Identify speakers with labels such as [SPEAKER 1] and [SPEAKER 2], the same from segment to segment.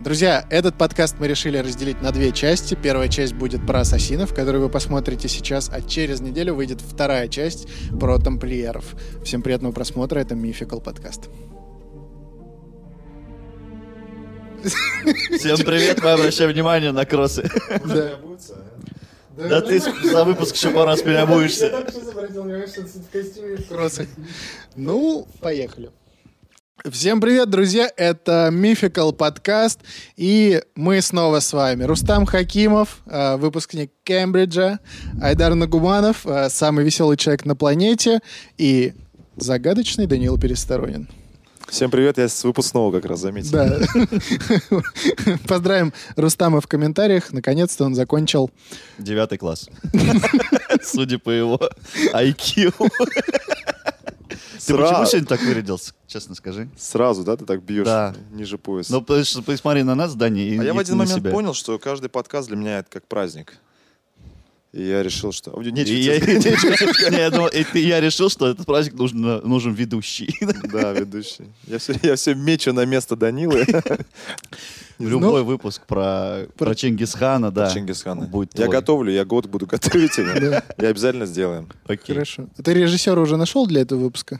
[SPEAKER 1] Друзья, этот подкаст мы решили разделить на две части. Первая часть будет про ассасинов, которую вы посмотрите сейчас, а через неделю выйдет вторая часть про тамплиеров. Всем приятного просмотра, это Мификал подкаст.
[SPEAKER 2] Всем привет, мы обращаем внимание на кроссы.
[SPEAKER 1] Да.
[SPEAKER 2] Да ты за выпуск еще раз переобуешься.
[SPEAKER 1] Кроссы. Ну, поехали. Всем привет, друзья! Это Мификал подкаст, и мы снова с вами. Рустам Хакимов, э, выпускник Кембриджа, Айдар Нагуманов, э, самый веселый человек на планете, и загадочный Даниил Пересторонин.
[SPEAKER 3] Всем привет, я с выпускного как раз заметил.
[SPEAKER 1] Да. Поздравим Рустама в комментариях. Наконец-то он закончил.
[SPEAKER 2] Девятый класс. Судя по его IQ. Ты почему
[SPEAKER 3] Сразу,
[SPEAKER 2] сегодня так вырядился, честно скажи?
[SPEAKER 3] сразу, да, ты так бьешь
[SPEAKER 2] Да.
[SPEAKER 3] ниже пояса.
[SPEAKER 2] Ну, потому что посмотри на нас, Дани, и
[SPEAKER 3] а я
[SPEAKER 2] и
[SPEAKER 3] в один
[SPEAKER 2] на
[SPEAKER 3] момент
[SPEAKER 2] себя.
[SPEAKER 3] понял, что каждый подкаст для меня это как праздник. И я решил, что... А, О,
[SPEAKER 2] И
[SPEAKER 3] нечего
[SPEAKER 2] я,
[SPEAKER 3] тебе-
[SPEAKER 2] Не, я думал, и ты- я решил, что этот праздник нужен, нужен ведущий.
[SPEAKER 3] Да, ведущий. Я все, я все мечу на место Данилы.
[SPEAKER 2] Любой выпуск про, про Чингисхана, да.
[SPEAKER 3] Чингисхана.
[SPEAKER 2] Будет
[SPEAKER 3] Я
[SPEAKER 2] твой.
[SPEAKER 3] готовлю, я год буду готовить его. И обязательно сделаем.
[SPEAKER 2] Окей.
[SPEAKER 1] Хорошо. Ты режиссера уже нашел для этого выпуска?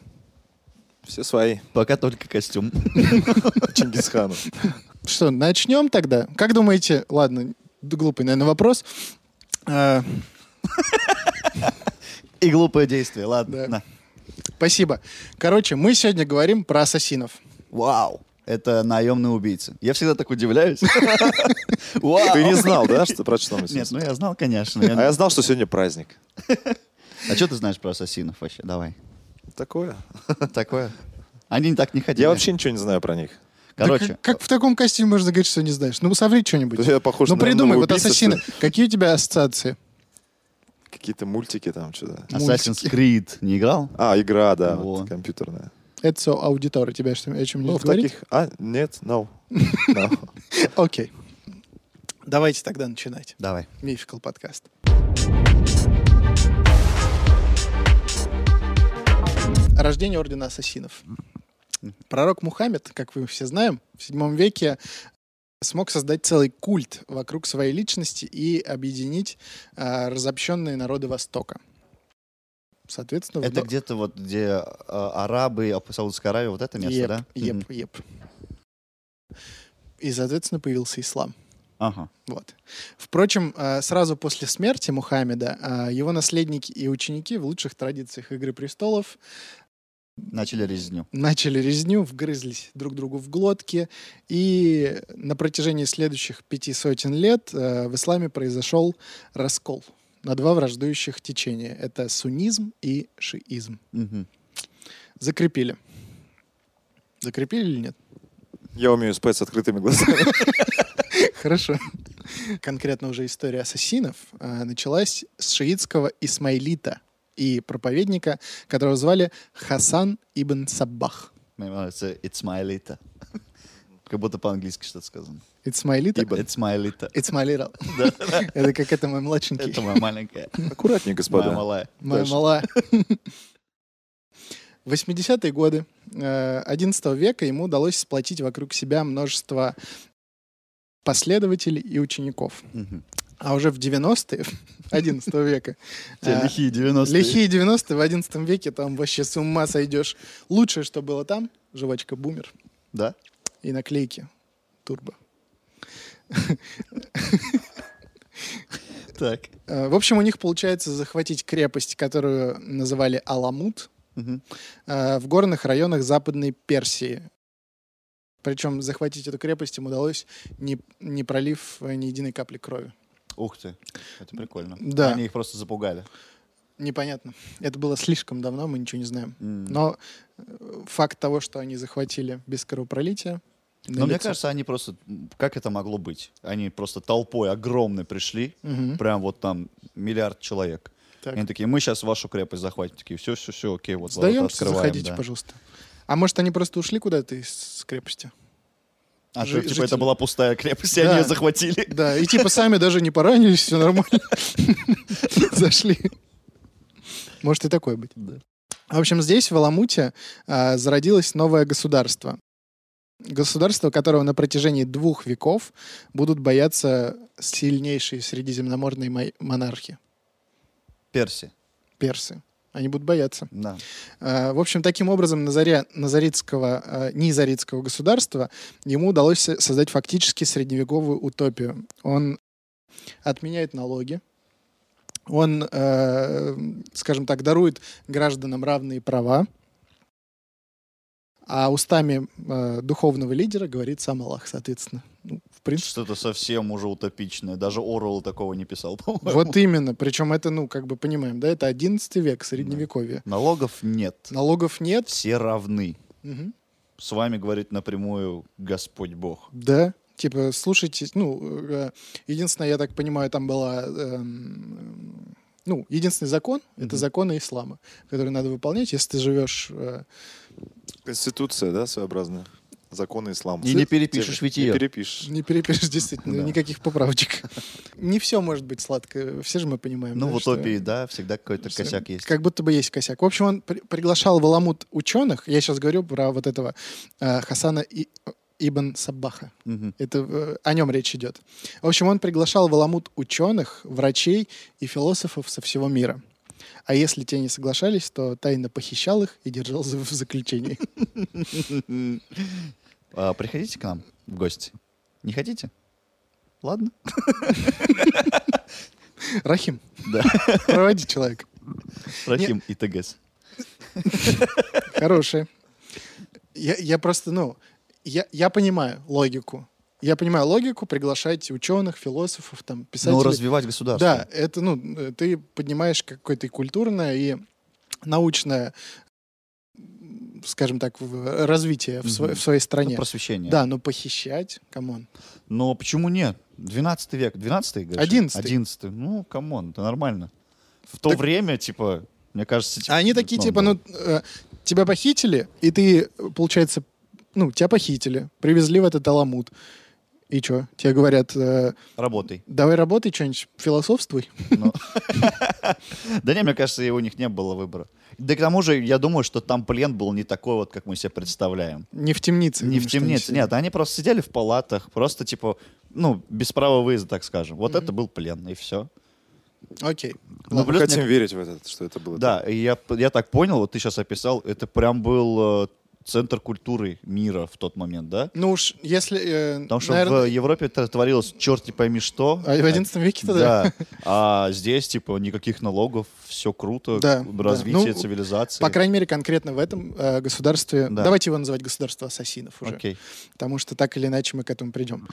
[SPEAKER 3] Все свои.
[SPEAKER 2] Пока только костюм.
[SPEAKER 3] Чингисхану.
[SPEAKER 1] Что, начнем тогда? Как думаете? Ладно, д- глупый, наверное, вопрос. А,
[SPEAKER 2] И глупое действие, ладно.
[SPEAKER 1] Да.
[SPEAKER 2] на.
[SPEAKER 1] спасибо. Короче, мы сегодня говорим про ассасинов.
[SPEAKER 2] Вау, это наемные убийцы. Я всегда так удивляюсь. Вау.
[SPEAKER 3] Ты не знал, да, что про что мы
[SPEAKER 2] Нет,
[SPEAKER 3] сейчас?
[SPEAKER 2] ну я знал, конечно.
[SPEAKER 3] А я
[SPEAKER 2] Я-
[SPEAKER 3] знал, что сегодня праздник.
[SPEAKER 2] А что ты знаешь про ассасинов вообще? Давай.
[SPEAKER 3] Такое.
[SPEAKER 2] Такое. Они так не хотели.
[SPEAKER 3] Я вообще ничего не знаю про них.
[SPEAKER 1] Да
[SPEAKER 2] Короче,
[SPEAKER 1] как, как в таком костюме можно говорить, что не знаешь? Ну, соври что-нибудь.
[SPEAKER 3] То есть я похож
[SPEAKER 1] ну,
[SPEAKER 3] на
[SPEAKER 1] придумай,
[SPEAKER 3] наемного
[SPEAKER 1] вот
[SPEAKER 3] убийцу,
[SPEAKER 1] ассасины.
[SPEAKER 3] что
[SPEAKER 1] Какие у тебя ассоциации?
[SPEAKER 3] Какие-то мультики там, что-то.
[SPEAKER 2] Assassin's Creed не играл?
[SPEAKER 3] А, игра, да,
[SPEAKER 2] Во.
[SPEAKER 3] вот, компьютерная.
[SPEAKER 1] Это со аудитора. Тебя что, о чем-нибудь
[SPEAKER 3] Ну, в
[SPEAKER 1] говорит?
[SPEAKER 3] таких... А, нет, no. No.
[SPEAKER 1] Окей. Давайте тогда начинать.
[SPEAKER 2] Давай.
[SPEAKER 1] Мификал подкаст. Рождение Ордена Ассасинов. Пророк Мухаммед, как вы все знаем, в VII веке смог создать целый культ вокруг своей личности и объединить а, разобщенные народы Востока. Соответственно,
[SPEAKER 2] Это
[SPEAKER 3] Ну.
[SPEAKER 1] вдо-
[SPEAKER 2] где-то вот, где э, арабы, а, Саудовская Аравия, вот это место,
[SPEAKER 1] Еп,
[SPEAKER 2] да?
[SPEAKER 1] еп,
[SPEAKER 2] Мгм.
[SPEAKER 1] еп. И, соответственно, появился ислам.
[SPEAKER 2] Ага.
[SPEAKER 1] Вот. Впрочем, э, сразу после смерти Мухаммеда э, его наследники и ученики в лучших традициях «Игры престолов»
[SPEAKER 2] Начали резню.
[SPEAKER 1] начали резню, вгрызлись друг другу в глотки, и на протяжении следующих пяти сотен лет э, в исламе произошел раскол на два враждующих течения. Это суннизм и шиизм.
[SPEAKER 2] Мгм.
[SPEAKER 1] Закрепили. Закрепили или нет?
[SPEAKER 3] Я умею спать с открытыми глазами.
[SPEAKER 1] Хорошо. Конкретно уже история ассасинов а, началась с шиитского Исмаилита и проповедника, которого звали Хасан ибн Саббах.
[SPEAKER 2] Мне нравится Ицмаилита. Как будто по-английски что-то сказано.
[SPEAKER 1] Исмаилита?
[SPEAKER 2] Ицмаилита.
[SPEAKER 1] Исмаилита. Это как это мой младшенький.
[SPEAKER 2] Это моя маленькая.
[SPEAKER 3] Аккуратнее,
[SPEAKER 2] Моя
[SPEAKER 3] господа.
[SPEAKER 2] малая.
[SPEAKER 1] Моя
[SPEAKER 3] Дальше.
[SPEAKER 1] мала. 80-е годы э, 11 века ему удалось сплотить вокруг себя множество последователей и учеников.
[SPEAKER 2] Мгм.
[SPEAKER 1] А уже в 90-е 11 века
[SPEAKER 2] Те
[SPEAKER 1] э,
[SPEAKER 2] лихие 90-е.
[SPEAKER 1] Лихие 90-е в 11 веке, там вообще с ума сойдешь. Лучшее, что было там, жвачка «Бумер»
[SPEAKER 2] Да?
[SPEAKER 1] и наклейки «Турбо».
[SPEAKER 2] Так.
[SPEAKER 1] Э, В общем, у них получается захватить крепость, которую называли Аламут,
[SPEAKER 2] Мгм.
[SPEAKER 1] э, в горных районах Западной Персии. Причем захватить эту крепость им удалось, не, не пролив э, ни единой капли крови.
[SPEAKER 2] Ух ты. Это прикольно.
[SPEAKER 1] Да.
[SPEAKER 2] Они их просто запугали.
[SPEAKER 1] Непонятно. Это было слишком давно, мы ничего не знаем.
[SPEAKER 2] М.
[SPEAKER 1] Но э, факт того, что они захватили без кровопролития...
[SPEAKER 2] Но мне
[SPEAKER 1] налицо.
[SPEAKER 2] кажется, они просто... м, Как это могло быть? Они просто толпой огромной пришли.
[SPEAKER 1] Мгм.
[SPEAKER 2] Прям вот там миллиард человек.
[SPEAKER 1] Так.
[SPEAKER 2] Они такие, мы сейчас вашу крепость захватим. Такие, все-все-все, окей, вот ворота
[SPEAKER 1] Сдаемся,
[SPEAKER 2] открываем,
[SPEAKER 1] заходите,
[SPEAKER 2] да.
[SPEAKER 1] пожалуйста. А может, они просто ушли куда-то из крепости?
[SPEAKER 2] А
[SPEAKER 1] Жи-
[SPEAKER 2] то, типа,
[SPEAKER 1] жители.
[SPEAKER 2] это была пустая крепость, и
[SPEAKER 1] Да.
[SPEAKER 2] они ее захватили.
[SPEAKER 1] Да, и типа сами даже не поранились, все нормально. Зашли. Может и такое быть. В общем, здесь, в Аламуте, а, зародилось новое государство. Государство, которого на протяжении двух веков будут бояться сильнейшие средиземноморные мо- монархи,
[SPEAKER 2] Перси.
[SPEAKER 1] персы. Они будут бояться.
[SPEAKER 2] Да.
[SPEAKER 1] Э, В общем, таким образом, на заре Назаритского, э, неизаритского государства ему удалось со- создать фактически средневековую утопию. Он отменяет налоги, он, э, скажем так, дарует гражданам равные права, а устами э, духовного лидера говорит сам Аллах, соответственно. Ну, в принципе,
[SPEAKER 2] Что-то совсем уже утопичное. Даже Орвел такого не писал, по-моему.
[SPEAKER 1] вот именно. Причем это, ну, как бы понимаем, да, это 11 век, средневековье.
[SPEAKER 2] Налогов нет.
[SPEAKER 1] Налогов нет.
[SPEAKER 2] Все равны.
[SPEAKER 1] Мгм.
[SPEAKER 2] С вами говорит напрямую Господь Бог.
[SPEAKER 1] Да. Типа, слушайте, ну, э, единственное, я так понимаю, там была... эм, ну, единственный закон — это
[SPEAKER 2] Мгм.
[SPEAKER 1] законы ислама, которые надо выполнять, если ты живешь... э,
[SPEAKER 3] Конституция, да, своеобразная. Законы ислама.
[SPEAKER 2] И не Ну, перепишешь
[SPEAKER 3] Те-
[SPEAKER 2] ведь
[SPEAKER 3] не
[SPEAKER 2] её.
[SPEAKER 3] перепишешь.
[SPEAKER 1] не перепишешь действительно
[SPEAKER 2] Да.
[SPEAKER 1] никаких поправочек. Не все может быть сладко, все же мы понимаем.
[SPEAKER 2] Ну,
[SPEAKER 1] да,
[SPEAKER 2] в
[SPEAKER 1] что-
[SPEAKER 2] утопии, да, всегда какой-то
[SPEAKER 1] что
[SPEAKER 2] косяк есть.
[SPEAKER 1] Как будто бы есть косяк. В общем, он при- приглашал в Аламут ученых, я сейчас говорю про вот этого э, Хасана И- Ибн Саббаха.
[SPEAKER 2] Мгм.
[SPEAKER 1] Это э, о нем речь идет. В общем, он приглашал в Аламут ученых, врачей и философов со всего мира. А если те не соглашались, то тайно похищал их и держал за- в заключении.
[SPEAKER 2] А, Приходите к нам в гости. Не хотите? Ладно.
[SPEAKER 1] Рахим,
[SPEAKER 2] Да.
[SPEAKER 1] проводи человека.
[SPEAKER 2] Рахим и ТГС.
[SPEAKER 1] Хорошие. Я, я просто, ну, я, я понимаю логику. Я понимаю логику, приглашайте ученых, философов, там, писателей.
[SPEAKER 2] Но развивать государство.
[SPEAKER 1] Да, это, ну, э, ты поднимаешь какое-то и культурное, и научное, м, скажем так, в- э, развитие в, сво-
[SPEAKER 2] Мгм.
[SPEAKER 1] в своей
[SPEAKER 2] Ну,
[SPEAKER 1] стране.
[SPEAKER 2] просвещение.
[SPEAKER 1] Да, но похищать, камон.
[SPEAKER 2] Но почему нет? 12 век. 12 говоришь?
[SPEAKER 1] 11-й.
[SPEAKER 2] 11 Ну, камон, это нормально. В то
[SPEAKER 1] Так-
[SPEAKER 2] время, типа, мне кажется... типа,
[SPEAKER 1] А они такие,
[SPEAKER 2] ну,
[SPEAKER 1] типа,
[SPEAKER 2] было.
[SPEAKER 1] ну, э, тебя похитили, и ты, э, получается, ну, тебя похитили, привезли в этот Аламут. И что? Тебе говорят, э,
[SPEAKER 2] Работай.
[SPEAKER 1] давай работай что-нибудь, философствуй.
[SPEAKER 2] Ну. Да не, мне кажется, и у них не было выбора. Да к тому же, я думаю, что там плен был не такой вот, как мы себе представляем.
[SPEAKER 1] Не в темнице.
[SPEAKER 2] Не в
[SPEAKER 1] потому что
[SPEAKER 2] темнице,
[SPEAKER 1] они сидят.
[SPEAKER 2] нет, они просто сидели в палатах, просто типа, ну, без права выезда, так скажем. Вот это был плен, и все.
[SPEAKER 1] Окей.
[SPEAKER 2] Ну,
[SPEAKER 3] Мы
[SPEAKER 2] плюс
[SPEAKER 3] хотим
[SPEAKER 2] мне-
[SPEAKER 3] верить в это, что это было.
[SPEAKER 2] Да, и я, п- я так понял, вот ты сейчас описал, это прям был э, центр культуры мира в тот момент, да?
[SPEAKER 1] Ну уж, если... э,
[SPEAKER 2] Потому что
[SPEAKER 1] наверно,
[SPEAKER 2] в Европе это творилось черт не пойми что. Э,
[SPEAKER 1] а в 11 веке тогда?
[SPEAKER 2] Да. А здесь, типа, никаких налогов, все круто,
[SPEAKER 1] Да,
[SPEAKER 2] к-
[SPEAKER 1] да.
[SPEAKER 2] развитие
[SPEAKER 1] Ну,
[SPEAKER 2] цивилизации.
[SPEAKER 1] По крайней мере, конкретно в этом э, государстве...
[SPEAKER 2] Да.
[SPEAKER 1] Давайте его называть государство ассасинов уже.
[SPEAKER 2] Окей.
[SPEAKER 1] Потому что так или иначе мы к этому придем.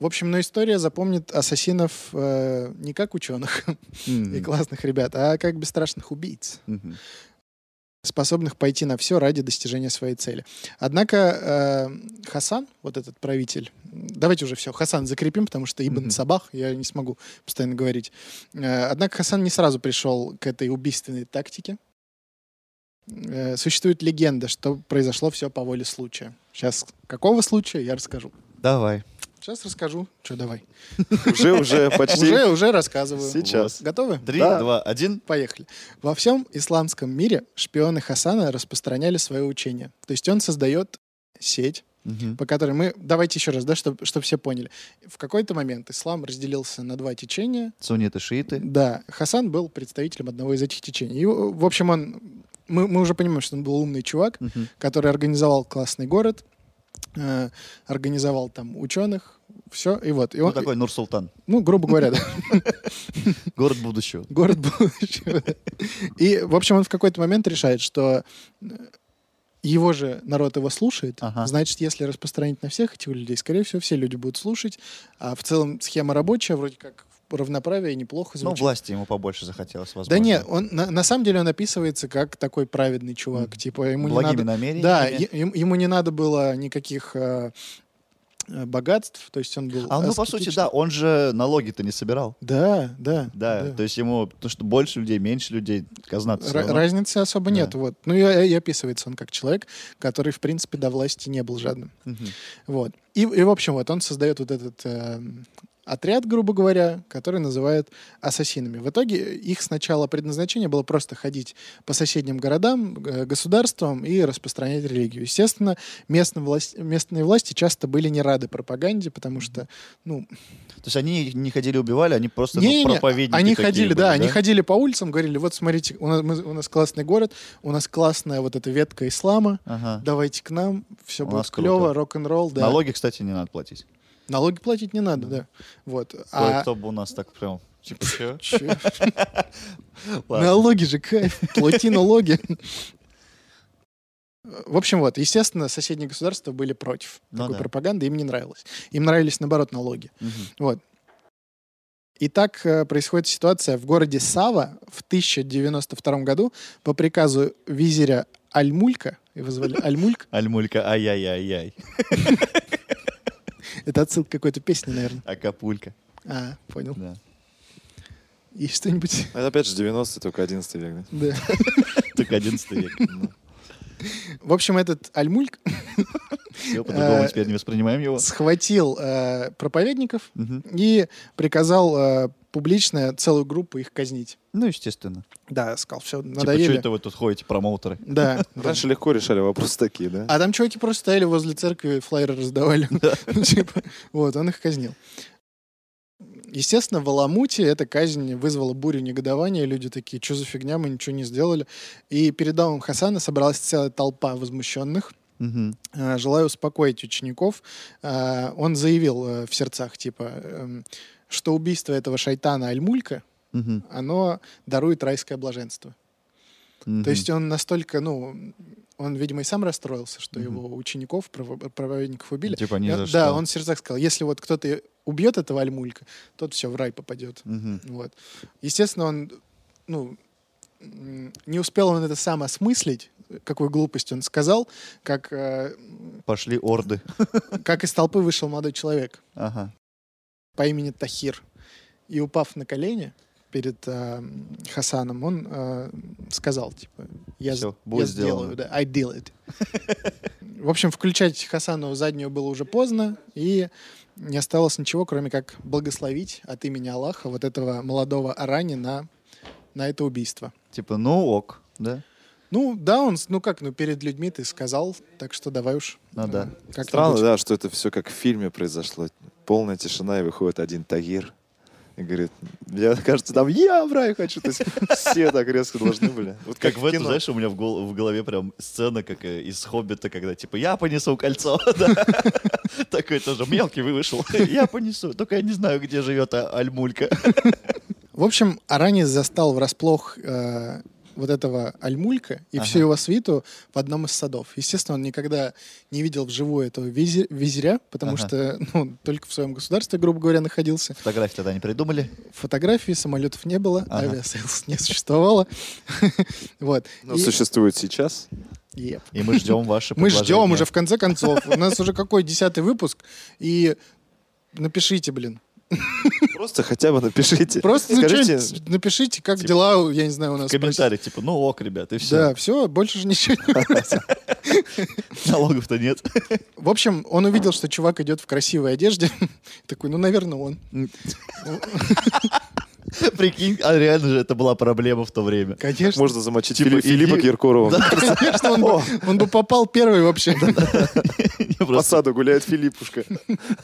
[SPEAKER 1] В общем, но история запомнит ассасинов э, не как ученых и
[SPEAKER 2] Мгм.
[SPEAKER 1] классных ребят, а как бесстрашных убийц,
[SPEAKER 2] Мгм.
[SPEAKER 1] способных пойти на все ради достижения своей цели. Однако э, Хасан, вот этот правитель, м, давайте уже все, Хасан закрепим, потому что Ибн
[SPEAKER 2] Мгм.
[SPEAKER 1] Сабах, я не смогу постоянно говорить. Э, однако Хасан не сразу пришел к этой убийственной тактике. Э, существует легенда, что произошло все по воле случая. Сейчас какого случая, я расскажу.
[SPEAKER 2] Давай.
[SPEAKER 1] Сейчас расскажу. Что, давай.
[SPEAKER 3] Уже, уже, почти.
[SPEAKER 1] Уже, уже рассказываю.
[SPEAKER 3] Сейчас.
[SPEAKER 1] Готовы?
[SPEAKER 2] Три,
[SPEAKER 3] Да.
[SPEAKER 2] два, один.
[SPEAKER 1] Поехали. Во всем исламском мире шпионы Хасана распространяли свое учение. То есть он создает сеть,
[SPEAKER 2] Мгм.
[SPEAKER 1] по которой мы... Давайте еще раз, да, чтобы все поняли. В какой-то момент ислам разделился на два течения.
[SPEAKER 2] Сунниты, шииты.
[SPEAKER 1] Да, Хасан был представителем одного из этих течений. И, в общем, он... Мы, мы уже понимаем, что он был умный чувак,
[SPEAKER 2] Мгм.
[SPEAKER 1] который организовал классный город, э, организовал там ученых, все, и вот. И
[SPEAKER 2] Ну,
[SPEAKER 1] он,
[SPEAKER 2] такой Нур-Султан.
[SPEAKER 1] ну, грубо говоря, да.
[SPEAKER 2] Город будущего. Ну,
[SPEAKER 1] Город будущего. И, в общем, он в какой-то момент решает, что э, его же народ его слушает.
[SPEAKER 2] Ага.
[SPEAKER 1] Значит, если распространить на всех этих людей, скорее всего, все люди будут слушать. А в целом схема рабочая, вроде как равноправие неплохо
[SPEAKER 2] Ну,
[SPEAKER 1] звучит.
[SPEAKER 2] власти ему побольше захотелось, возможно.
[SPEAKER 1] да нет, он, на, на самом деле он описывается как такой праведный чувак.
[SPEAKER 2] Мгм.
[SPEAKER 1] Типа ему не
[SPEAKER 2] Благими
[SPEAKER 1] надо...
[SPEAKER 2] намерениями.
[SPEAKER 1] Да, е- им- ему не надо было никаких э, э, богатств, то есть он был
[SPEAKER 2] А ну, по сути,
[SPEAKER 1] аскетичен.
[SPEAKER 2] да, он же налоги-то не собирал.
[SPEAKER 1] Да, да.
[SPEAKER 2] Да, то есть ему то, что больше людей, меньше людей, казна
[SPEAKER 1] Ра- разницы особо
[SPEAKER 2] Да.
[SPEAKER 1] нет. Вот. Ну и, и описывается он как человек, который, в принципе, до власти не был жадным. Вот. И, и, в общем, вот он создает вот этот э, отряд, грубо говоря, который называют ассасинами. В итоге их сначала предназначение было просто ходить по соседним городам, э, государствам и распространять религию. Естественно, местные власти, местные власти часто были не рады пропаганде, потому что, ну,
[SPEAKER 2] То есть они не ходили убивали, они просто
[SPEAKER 1] не-не-не,
[SPEAKER 2] ну, проповедники
[SPEAKER 1] Они
[SPEAKER 2] такие
[SPEAKER 1] ходили,
[SPEAKER 2] были,
[SPEAKER 1] да, они ходили по улицам, говорили, вот смотрите, у нас, мы- у нас классный город, у нас классная вот эта ветка ислама,
[SPEAKER 2] Ага.
[SPEAKER 1] давайте к нам, все
[SPEAKER 2] У
[SPEAKER 1] будет
[SPEAKER 2] нас
[SPEAKER 1] клево,
[SPEAKER 2] круто.
[SPEAKER 1] рок-н-ролл, да.
[SPEAKER 2] Налоги, кстати, не надо платить.
[SPEAKER 1] Налоги платить не надо, да. Вот. А-
[SPEAKER 2] Кто бы у нас так прям... Типа, чё?
[SPEAKER 1] Чё?
[SPEAKER 2] Ладно.
[SPEAKER 1] Налоги же кайф, плати налоги. В общем, вот, естественно, соседние государства были против
[SPEAKER 2] Ну
[SPEAKER 1] такой
[SPEAKER 2] да.
[SPEAKER 1] пропаганды, им не нравилось. Им нравились, наоборот, налоги.
[SPEAKER 2] Мгм.
[SPEAKER 1] И так э, происходит ситуация в городе Сава в 1092 году по приказу визиря Альмулька, его звали Альмульк,
[SPEAKER 2] Альмулька, ай-яй-яй-яй.
[SPEAKER 1] это отсылка к какой-то песни, наверное.
[SPEAKER 2] Акапулька.
[SPEAKER 1] А, понял.
[SPEAKER 2] Да.
[SPEAKER 1] И что-нибудь,
[SPEAKER 3] Это опять же 90-е, только 11 век. да.
[SPEAKER 1] да.
[SPEAKER 2] Только 11 век.
[SPEAKER 1] В общем, этот Альмульк
[SPEAKER 2] Все, по-другому
[SPEAKER 1] Э,
[SPEAKER 2] теперь не воспринимаем его.
[SPEAKER 1] схватил э, проповедников
[SPEAKER 2] Мгм.
[SPEAKER 1] и приказал э, публично целую группу их казнить.
[SPEAKER 2] Ну, естественно.
[SPEAKER 1] Да, сказал, все,
[SPEAKER 2] Типа, что
[SPEAKER 1] надоели.
[SPEAKER 2] это вы тут ходите, промоутеры?
[SPEAKER 1] Да. да.
[SPEAKER 3] Раньше легко решали вопросы такие, да?
[SPEAKER 1] А там чуваки просто стояли возле церкви, флайеры раздавали. Ну, типа, вот, он их казнил. Естественно, в Аламуте эта казнь вызвала бурю негодования. Люди такие, что за фигня, мы ничего не сделали. И перед домом Хасана собралась целая толпа возмущенных.
[SPEAKER 2] Мгм.
[SPEAKER 1] Э, Желая успокоить учеников, э, он заявил э, в сердцах, типа, эм, что убийство этого шайтана Альмулька,
[SPEAKER 2] Мгм.
[SPEAKER 1] оно дарует райское блаженство.
[SPEAKER 2] Мгм.
[SPEAKER 1] То есть он настолько, ну, он, видимо, и сам расстроился, что
[SPEAKER 2] Мгм.
[SPEAKER 1] его учеников, право- праведников убили.
[SPEAKER 2] Типа, ни
[SPEAKER 1] Я-
[SPEAKER 2] за
[SPEAKER 1] Э, да,
[SPEAKER 2] что.
[SPEAKER 1] он в сердцах сказал, если вот кто-то и убьет этого Альмулька, тот все в рай попадет.
[SPEAKER 2] Мгм.
[SPEAKER 1] Вот. Естественно, он, ну, м, не успел он это сам осмыслить, какую глупость он сказал, как, э,
[SPEAKER 2] Пошли орды.
[SPEAKER 1] как из толпы вышел молодой человек
[SPEAKER 2] Ага.
[SPEAKER 1] по имени Тахир. И упав на колени перед э, Хасаном, он э, сказал, типа, я,
[SPEAKER 2] Всё,
[SPEAKER 1] с-
[SPEAKER 2] будет
[SPEAKER 1] я сделаю,
[SPEAKER 2] сделано.
[SPEAKER 1] да, I deal it. В общем, включать Хасанову заднюю было уже поздно, и не осталось ничего, кроме как благословить от имени Аллаха вот этого молодого Арани на, на это убийство.
[SPEAKER 2] Типа, ну ок, да?
[SPEAKER 1] Ну, да, он, с- ну как, ну перед людьми ты сказал, так что давай уж.
[SPEAKER 2] Ну да.
[SPEAKER 1] э, как-нибудь.
[SPEAKER 3] Странно, да, что это все как в фильме произошло. Полная тишина, и выходит один Тагир и говорит, я, кажется, там я в рай хочу. То есть все так резко должны были. Вот
[SPEAKER 2] Как в эту,
[SPEAKER 3] кино.
[SPEAKER 2] знаешь, у меня в, гол- в голове прям сцена, как э, из «Хоббита», когда типа «Я понесу кольцо». да. Такой тоже мелкий вы вышел. «Я понесу». Только я не знаю, где живет а, Альмулька.
[SPEAKER 1] В общем, Аранис застал врасплох э, вот этого Альмулька и всю
[SPEAKER 2] Ага.
[SPEAKER 1] его свиту в одном из садов. Естественно, он никогда не видел вживую этого визи- визиря, потому
[SPEAKER 2] Ага.
[SPEAKER 1] что ну, только в своем государстве, грубо говоря, находился.
[SPEAKER 2] Фотографии тогда не придумали.
[SPEAKER 1] Фотографий, самолетов не было,
[SPEAKER 2] Ага.
[SPEAKER 1] авиасейлс не существовало. Вот.
[SPEAKER 3] Но
[SPEAKER 2] Ну,
[SPEAKER 1] И-
[SPEAKER 3] Ну, существует сейчас.
[SPEAKER 1] Yep.
[SPEAKER 2] И мы ждем ваши
[SPEAKER 1] Мы ждем
[SPEAKER 2] предложения.
[SPEAKER 1] уже, в конце концов. У нас уже какой десятый выпуск, и напишите, блин.
[SPEAKER 3] Просто хотя бы напишите.
[SPEAKER 1] Просто ну,
[SPEAKER 3] скажите,
[SPEAKER 1] чё-нибудь напишите, как дела, я не знаю, у нас.
[SPEAKER 2] типа в комментариях, типа, ну ок, ребят, и
[SPEAKER 1] Да,
[SPEAKER 2] все.
[SPEAKER 1] все, больше же ничего не
[SPEAKER 2] Налогов-то нет.
[SPEAKER 1] В общем, он увидел, что чувак идет в красивой одежде. Такой, ну, наверное, он. Ну,
[SPEAKER 2] Прикинь, а реально же это была проблема в то время.
[SPEAKER 1] Конечно.
[SPEAKER 3] можно замочить
[SPEAKER 2] Типа,
[SPEAKER 3] Фили- Филиппа
[SPEAKER 2] иди-
[SPEAKER 3] Киркорова.
[SPEAKER 1] Конечно, он, бы, он бы попал первый вообще.
[SPEAKER 2] Я
[SPEAKER 3] По
[SPEAKER 2] просто-
[SPEAKER 3] саду гуляет Филиппушка.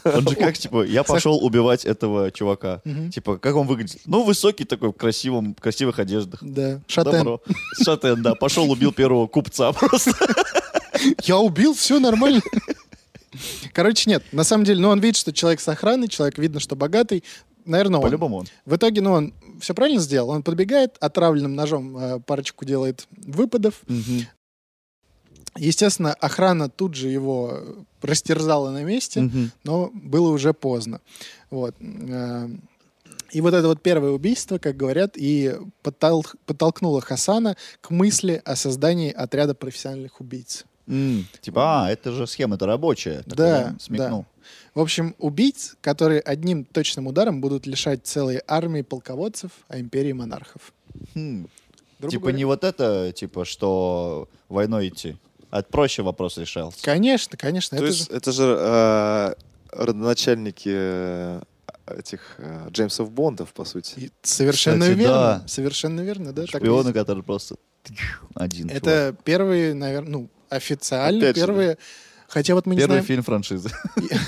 [SPEAKER 2] Он же как, типа, я пошел убивать этого чувака. Типа, как он выглядит? Ну, высокий такой, в красивом, красивых одеждах.
[SPEAKER 1] Да, шатен.
[SPEAKER 2] Добро. Шатен, да. Пошел, убил первого купца просто.
[SPEAKER 1] Я убил, все нормально. Короче, нет, на самом деле, ну, он видит, что человек с охраной, человек видно, что богатый. Наверное, он.
[SPEAKER 2] По-любому он.
[SPEAKER 1] В итоге, ну, он все правильно сделал. Он подбегает, отравленным ножом э, парочку делает выпадов. Естественно, охрана тут же его э, растерзала на месте.
[SPEAKER 2] Мгм.
[SPEAKER 1] но было уже поздно. Вот. Э, И вот это вот первое убийство, как говорят, и подтол- подтолкнуло Хасана к мысли о создании отряда профессиональных убийц.
[SPEAKER 2] М, Типа, а, это же схема, это рабочая. Так,
[SPEAKER 1] Да,
[SPEAKER 2] Смекнул.
[SPEAKER 1] В общем, убийц, которые одним точным ударом будут лишать целой армии полководцев, а империи монархов.
[SPEAKER 2] Хм.
[SPEAKER 1] Грубо
[SPEAKER 2] Типа
[SPEAKER 1] говоря.
[SPEAKER 2] не вот это, типа, что войной идти. А проще вопрос решался.
[SPEAKER 1] Конечно, конечно.
[SPEAKER 3] То
[SPEAKER 1] это
[SPEAKER 3] есть
[SPEAKER 1] же-
[SPEAKER 3] это же э, родоначальники э, этих э, Джеймсов Бондов, по сути.
[SPEAKER 1] И Совершенно
[SPEAKER 2] Кстати,
[SPEAKER 1] верно.
[SPEAKER 2] да.
[SPEAKER 1] Совершенно верно, да. так и
[SPEAKER 2] Шпионы,
[SPEAKER 1] есть.
[SPEAKER 2] которые просто тьф, один. чувак.
[SPEAKER 1] Это первые, наверное, ну, официально
[SPEAKER 3] Опять же, да.
[SPEAKER 1] первые. Хотя вот мы не
[SPEAKER 2] Первый
[SPEAKER 1] знаем,
[SPEAKER 2] фильм франшизы.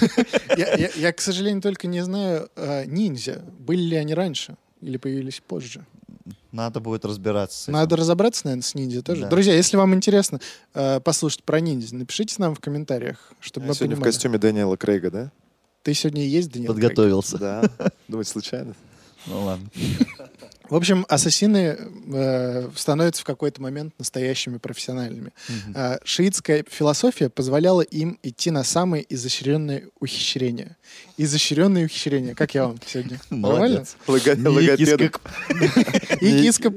[SPEAKER 1] я, я- я, к сожалению, только не знаю э, ниндзя. Были ли они раньше или появились позже?
[SPEAKER 2] Надо будет разбираться. с этим.
[SPEAKER 1] Надо разобраться, наверное, с ниндзя тоже.
[SPEAKER 2] Да.
[SPEAKER 1] Друзья, если вам интересно э, послушать про ниндзя, напишите нам в комментариях, чтобы
[SPEAKER 3] Я
[SPEAKER 1] мы
[SPEAKER 3] сегодня в
[SPEAKER 1] понимали.
[SPEAKER 3] костюме Дэниела Крейга, да?
[SPEAKER 1] Ты сегодня и есть, Данил?
[SPEAKER 2] Подготовился.
[SPEAKER 3] Да. Думаете, случайно?
[SPEAKER 2] Ну ладно.
[SPEAKER 1] В общем, ассасины э, становятся в какой-то момент настоящими профессиональными. А, шиитская философия позволяла им идти на самые изощренные ухищрения. Изощренные ухищрения. Как я вам сегодня? Нормально?
[SPEAKER 2] Молодец.
[SPEAKER 3] Лого-
[SPEAKER 2] Никиска
[SPEAKER 3] Логопеды.
[SPEAKER 1] И киска.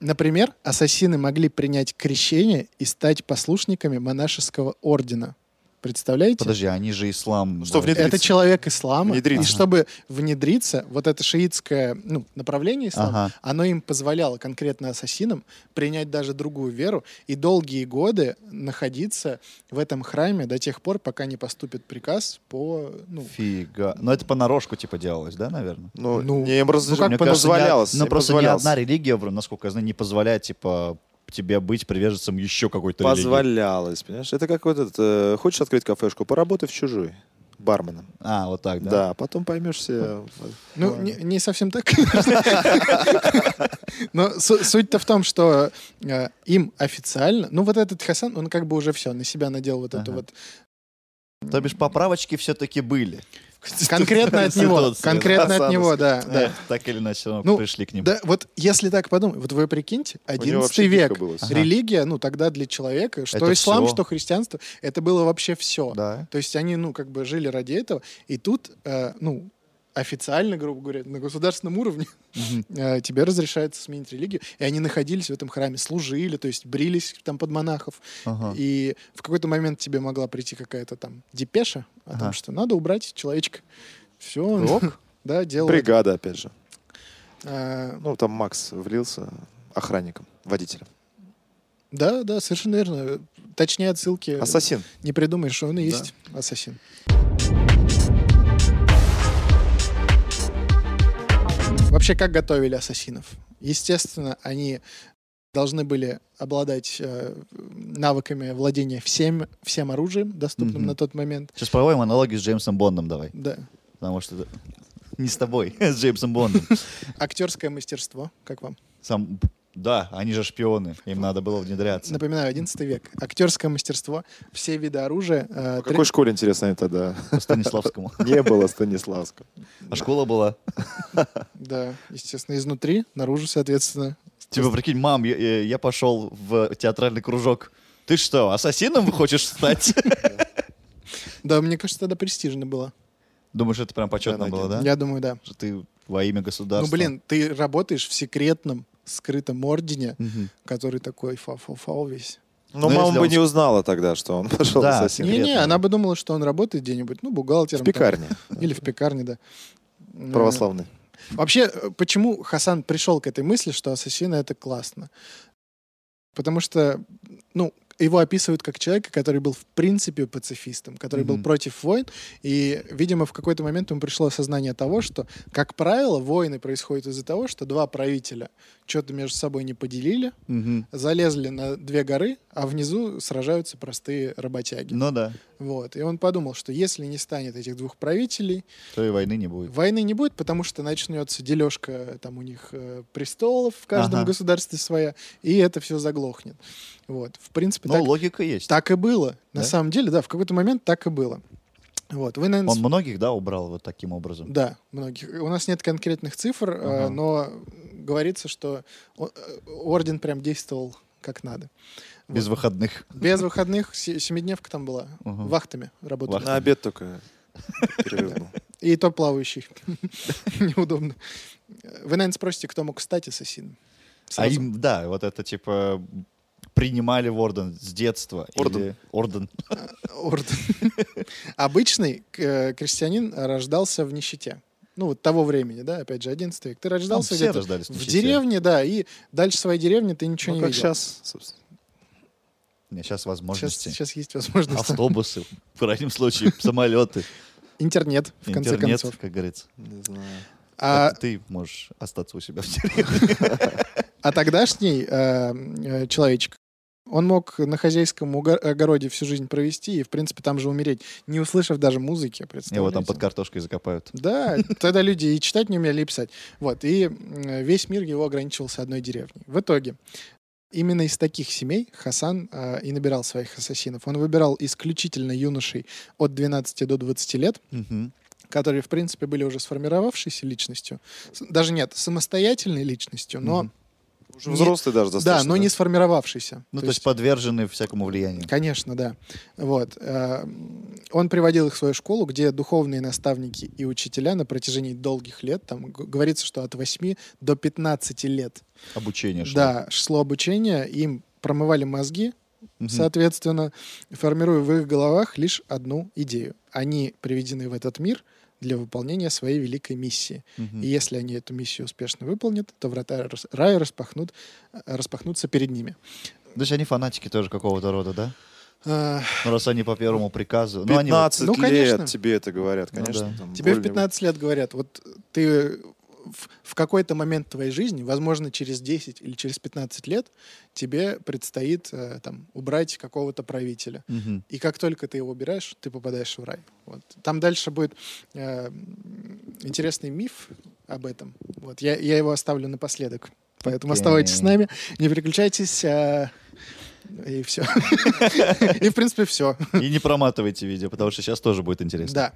[SPEAKER 1] Например, ассасины могли принять крещение и стать послушниками монашеского ордена. Представляете?
[SPEAKER 2] Подожди, они же ислам.
[SPEAKER 3] Что,
[SPEAKER 2] да.
[SPEAKER 3] внедриться.
[SPEAKER 1] Это человек ислама. И
[SPEAKER 3] Внедриться.
[SPEAKER 1] чтобы внедриться, вот это шиитское ну, направление ислама,
[SPEAKER 2] Ага.
[SPEAKER 1] оно им позволяло конкретно ассасинам принять даже другую веру и долгие годы находиться в этом храме до тех пор, пока не поступит приказ по... Ну,
[SPEAKER 2] Фига. Ну это понарошку типа делалось, да, наверное?
[SPEAKER 3] Ну,
[SPEAKER 1] Ну,
[SPEAKER 3] не, им разрешили,
[SPEAKER 1] как
[SPEAKER 3] мне
[SPEAKER 2] Мне кажется, ни од-
[SPEAKER 3] позволялось.
[SPEAKER 2] Ну
[SPEAKER 3] им
[SPEAKER 2] просто ни
[SPEAKER 3] позволялось.
[SPEAKER 2] одна религия, вро- насколько я знаю, не позволяет типа тебе быть приверженцем еще какой-то религии.
[SPEAKER 3] Позволялось, понимаешь? Это как вот этот, э, хочешь открыть кафешку, поработай в чужой барменом.
[SPEAKER 2] А, вот так,
[SPEAKER 3] Да,
[SPEAKER 2] да?
[SPEAKER 3] потом поймешься.
[SPEAKER 1] ну, не, не совсем так, конечно. Но су- суть-то в том, что э, им официально... Ну, вот этот Хасан, он как бы уже все, на себя надел вот это
[SPEAKER 2] Ага.
[SPEAKER 1] вот...
[SPEAKER 2] То бишь поправочки все-таки были.
[SPEAKER 1] Конкретно от него.
[SPEAKER 2] Конституции,
[SPEAKER 1] Конкретно
[SPEAKER 3] да,
[SPEAKER 1] от него, да. да.
[SPEAKER 2] Э, Так или иначе, всё равно
[SPEAKER 1] Ну,
[SPEAKER 2] пришли к ним.
[SPEAKER 1] Да, вот если так подумать, вот вы прикиньте,
[SPEAKER 3] У него
[SPEAKER 1] 11
[SPEAKER 3] вообще
[SPEAKER 1] век,
[SPEAKER 3] дико было всё.
[SPEAKER 2] Ага.
[SPEAKER 1] религия, ну тогда для человека, что
[SPEAKER 2] Это
[SPEAKER 1] ислам,
[SPEAKER 2] всё.
[SPEAKER 1] что христианство, это было вообще все.
[SPEAKER 2] Да.
[SPEAKER 1] То есть они, ну, как бы жили ради этого, и тут, э, ну, официально, грубо говоря, на государственном уровне
[SPEAKER 2] Мгм.
[SPEAKER 1] э, тебе разрешается сменить религию, и они находились в этом храме, служили, то есть брились там под монахов,
[SPEAKER 2] Ага.
[SPEAKER 1] и в какой-то момент тебе могла прийти какая-то там депеша о том,
[SPEAKER 2] Ага.
[SPEAKER 1] что надо убрать человечка. Все,
[SPEAKER 2] Ок.
[SPEAKER 1] да, дело.
[SPEAKER 3] Бригада, опять же.
[SPEAKER 1] Э,
[SPEAKER 3] Ну, там Макс влился охранником, водителем.
[SPEAKER 1] Да, да, совершенно верно. Точнее отсылки
[SPEAKER 2] А
[SPEAKER 3] Ассасин.
[SPEAKER 1] не придумаешь, что он и есть ассасин. Вообще, как готовили ассасинов? Естественно, они должны были обладать э, навыками владения всем, всем оружием, доступным
[SPEAKER 2] Мгм.
[SPEAKER 1] на тот момент.
[SPEAKER 2] Сейчас проводим аналогию с Джеймсом Бондом давай.
[SPEAKER 1] Да.
[SPEAKER 2] Потому что... это- Не с тобой, с Джеймсом Бондом.
[SPEAKER 1] Актерское мастерство, как вам?
[SPEAKER 2] Сам... Да, они же шпионы. Им надо было внедряться.
[SPEAKER 1] Напоминаю, 11 век. Актерское мастерство, все виды оружия. э,
[SPEAKER 3] В
[SPEAKER 1] три-
[SPEAKER 3] какой школе, интересно, они тогда
[SPEAKER 2] По Станиславскому.
[SPEAKER 3] не было Станиславского?
[SPEAKER 2] А школа была.
[SPEAKER 1] Да, естественно, изнутри, наружу, соответственно,
[SPEAKER 2] Типа, прикинь, мам, я, я- я пошел в театральный кружок. Ты что, ассасином хочешь стать?
[SPEAKER 1] Да, мне кажется, тогда престижно было.
[SPEAKER 2] Думаешь, это прям почетно
[SPEAKER 3] Да,
[SPEAKER 2] было,
[SPEAKER 3] найдем.
[SPEAKER 2] да?
[SPEAKER 1] Я думаю, да.
[SPEAKER 2] Что ты во имя государства.
[SPEAKER 1] Ну, блин, ты работаешь в секретном скрытом ордене,
[SPEAKER 2] Мгм.
[SPEAKER 1] который такой фау-фау-фау весь.
[SPEAKER 3] Ну,
[SPEAKER 2] Ну,
[SPEAKER 3] мама
[SPEAKER 2] если
[SPEAKER 3] бы
[SPEAKER 2] он-
[SPEAKER 3] не узнала тогда, что он пошел
[SPEAKER 2] Да,
[SPEAKER 3] ассасин.
[SPEAKER 1] Не-не,
[SPEAKER 2] Секретного.
[SPEAKER 1] она бы думала, что он работает где-нибудь, ну, бухгалтером.
[SPEAKER 3] В пекарне
[SPEAKER 1] там, Или в пекарне, да.
[SPEAKER 3] православной.
[SPEAKER 1] Э, Вообще, э, почему Хасан пришел к этой мысли, что ассасины — это классно? Потому что, ну, его описывают как человека, который был в принципе пацифистом, который был
[SPEAKER 2] Мгм.
[SPEAKER 1] против войн, и, видимо, в какой-то момент ему пришло осознание того, что, как правило, войны происходят из-за того, что два правителя что-то между собой не поделили,
[SPEAKER 2] Мгм.
[SPEAKER 1] залезли на две горы, а внизу сражаются простые работяги.
[SPEAKER 2] Ну да,
[SPEAKER 1] Вот. И он подумал, что если не станет этих двух правителей,
[SPEAKER 2] то и войны не будет.
[SPEAKER 1] Войны не будет, потому что начнется дележка там у них э, престолов в каждом
[SPEAKER 2] Ага.
[SPEAKER 1] государстве своя, и это все заглохнет. Вот, в принципе,
[SPEAKER 2] Но
[SPEAKER 1] так,
[SPEAKER 2] логика есть.
[SPEAKER 1] так и было. На
[SPEAKER 2] Ну Да?
[SPEAKER 1] самом деле, да, в какой-то момент так и было. Вот, вы, наверное,
[SPEAKER 2] Он многих, да, убрал вот таким образом.
[SPEAKER 1] да, многих. У нас нет конкретных цифр, э,
[SPEAKER 2] Ага.
[SPEAKER 1] но говорится, что о- э, орден прям действовал как надо.
[SPEAKER 2] Без выходных.
[SPEAKER 1] Без выходных се- семидневка там была,
[SPEAKER 2] Ага.
[SPEAKER 1] вахтами работали.
[SPEAKER 2] Вахт.
[SPEAKER 3] На обед только перерыв был.
[SPEAKER 1] И то плавающий. Неудобно. Вы, наверное, спросите, кто мог стать ассасином?
[SPEAKER 2] А
[SPEAKER 1] Сразу.
[SPEAKER 2] им, да, вот это типа принимали в орден с детства.
[SPEAKER 3] Орден.
[SPEAKER 2] Или- Орден.
[SPEAKER 1] Орден. Обычный э, крестьянин рождался в нищете. Ну, вот того времени, да, опять же, 11 век. Ты рождался Ну,
[SPEAKER 2] Там Ну, все
[SPEAKER 1] где-то
[SPEAKER 2] рождались в
[SPEAKER 1] в
[SPEAKER 2] нищете.
[SPEAKER 1] деревне, да, и дальше своей деревни ты ничего
[SPEAKER 3] Ну,
[SPEAKER 1] не
[SPEAKER 3] как
[SPEAKER 1] видел.
[SPEAKER 3] сейчас, собственно.
[SPEAKER 2] Сейчас
[SPEAKER 1] Сейчас,
[SPEAKER 2] возможности. А
[SPEAKER 1] сейчас есть возможность.
[SPEAKER 2] Автобусы, в крайнем случае, самолеты.
[SPEAKER 1] Интернет, в конце
[SPEAKER 2] Интернет,
[SPEAKER 1] концов.
[SPEAKER 2] как говорится.
[SPEAKER 3] Не знаю.
[SPEAKER 1] А,
[SPEAKER 2] Так Ты можешь остаться у себя в деревне.
[SPEAKER 1] а тогдашний э, э, человечек, он мог на хозяйском уго- огороде всю жизнь провести и, в принципе, там же умереть, не услышав даже музыки,
[SPEAKER 2] Его
[SPEAKER 1] представляете?
[SPEAKER 2] там под картошкой закопают.
[SPEAKER 1] Да, тогда люди и читать не умели, и писать. Вот, и м, весь мир его ограничивался одной деревней. В итоге, именно из таких семей Хасан э, и набирал своих ассасинов. Он выбирал исключительно юношей от 12 до 20 лет,
[SPEAKER 2] Мгм.
[SPEAKER 1] которые, в принципе, были уже сформировавшейся личностью. С- Даже нет, самостоятельной личностью, но...
[SPEAKER 2] Мгм.
[SPEAKER 3] Уже
[SPEAKER 1] Не-
[SPEAKER 3] взрослый даже
[SPEAKER 1] Да,
[SPEAKER 3] достаточно.
[SPEAKER 1] но не сформировавшейся.
[SPEAKER 2] Ну, то есть подвержены всякому влиянию.
[SPEAKER 1] Конечно, да. Вот. э, Он приводил их в свою школу, где духовные наставники и учителя на протяжении долгих лет, там г- говорится, что от 8 до 15 лет,
[SPEAKER 2] Обучение шло.
[SPEAKER 1] да, шло обучение, им промывали мозги,
[SPEAKER 2] Мгм.
[SPEAKER 1] соответственно, формируя в их головах лишь одну идею. Они приведены в этот мир для выполнения своей великой миссии.
[SPEAKER 2] Мгм.
[SPEAKER 1] И если они эту миссию успешно выполнят, то врата рас- рая распахнут, э, распахнутся перед ними.
[SPEAKER 2] То есть они фанатики тоже какого-то рода, да?
[SPEAKER 1] Э,
[SPEAKER 2] Ну, раз они по первому приказу. Ну, они вот-
[SPEAKER 3] 15
[SPEAKER 1] Ну,
[SPEAKER 3] лет
[SPEAKER 1] конечно.
[SPEAKER 3] тебе это говорят,
[SPEAKER 2] Ну
[SPEAKER 3] конечно.
[SPEAKER 2] да.
[SPEAKER 3] там
[SPEAKER 1] Тебе в
[SPEAKER 3] более-
[SPEAKER 1] 15 лет говорят, вот ты в, в какой-то момент твоей жизни, возможно, через 10 или через 15 лет, тебе предстоит э, там, убрать какого-то правителя.
[SPEAKER 2] Мгм.
[SPEAKER 1] И как только ты его убираешь, ты попадаешь в рай. Вот. Там дальше будет э, м, интересный миф об этом. Вот. Я, я его оставлю напоследок. Поэтому
[SPEAKER 2] Окей.
[SPEAKER 1] оставайтесь с нами, не переключайтесь. а, И все. И, в принципе, все.
[SPEAKER 2] И не проматывайте видео, потому что сейчас тоже будет интересно.
[SPEAKER 1] Да.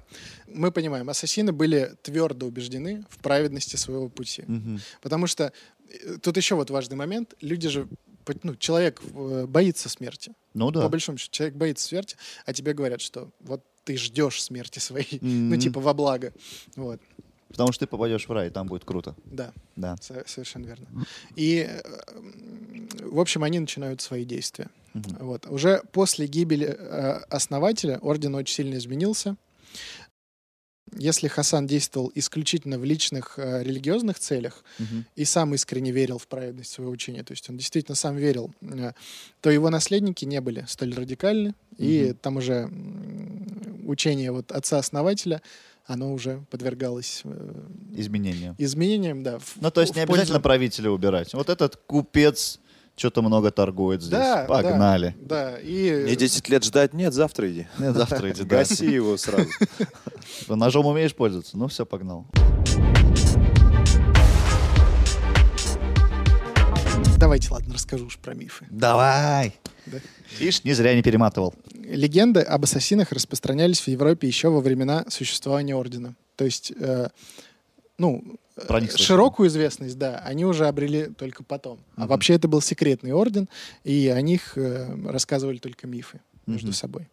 [SPEAKER 1] Мы понимаем, ассасины были твердо убеждены в праведности своего пути.
[SPEAKER 2] Мгм.
[SPEAKER 1] Потому что э, тут еще вот важный момент. Люди же, по- ну, человек э, боится смерти.
[SPEAKER 2] Ну
[SPEAKER 1] По
[SPEAKER 2] да.
[SPEAKER 1] большому счету, человек боится смерти, а тебе говорят, что вот ты ждешь смерти своей.
[SPEAKER 2] Мгм.
[SPEAKER 1] Ну, типа, во благо. Вот,
[SPEAKER 2] Потому что ты попадешь в рай, и там будет круто.
[SPEAKER 1] да,
[SPEAKER 2] Да.
[SPEAKER 1] со- совершенно верно. И, э, м, в общем, они начинают свои действия.
[SPEAKER 2] Мгм.
[SPEAKER 1] Вот. Уже после гибели э, основателя орден очень сильно изменился. Если Хасан действовал исключительно в личных э, религиозных целях
[SPEAKER 2] Мгм.
[SPEAKER 1] и сам искренне верил в праведность своего учения, то есть он действительно сам верил, э, то его наследники не были столь радикальны, и
[SPEAKER 2] Мгм.
[SPEAKER 1] там уже м, учение вот отца-основателя, оно уже подвергалось э,
[SPEAKER 2] Изменения.
[SPEAKER 1] изменениям, да. в-
[SPEAKER 2] Ну, то есть
[SPEAKER 1] в
[SPEAKER 2] не
[SPEAKER 1] пользу-
[SPEAKER 2] обязательно правителя убирать. Вот этот купец что-то много торгует здесь.
[SPEAKER 1] Да, да.
[SPEAKER 2] Погнали.
[SPEAKER 1] Да, и...
[SPEAKER 3] Мне 10 лет ждать? Нет, завтра иди.
[SPEAKER 2] Ну, Завтра иди, да.
[SPEAKER 3] Гаси его сразу.
[SPEAKER 2] Ножом умеешь пользоваться? Ну, все, погнал.
[SPEAKER 1] Давайте, ладно, расскажу уж про мифы.
[SPEAKER 2] Давай!
[SPEAKER 1] Да.
[SPEAKER 2] Ишь, не зря не перематывал.
[SPEAKER 1] Легенды об ассасинах распространялись в Европе еще во времена существования ордена. То есть, э, ну, э,
[SPEAKER 2] Про них слышно.
[SPEAKER 1] широкую известность, да, они уже обрели только потом. А
[SPEAKER 2] Мгм.
[SPEAKER 1] вообще это был секретный орден, и о них э, рассказывали только мифы между
[SPEAKER 2] Мгм.
[SPEAKER 1] собой.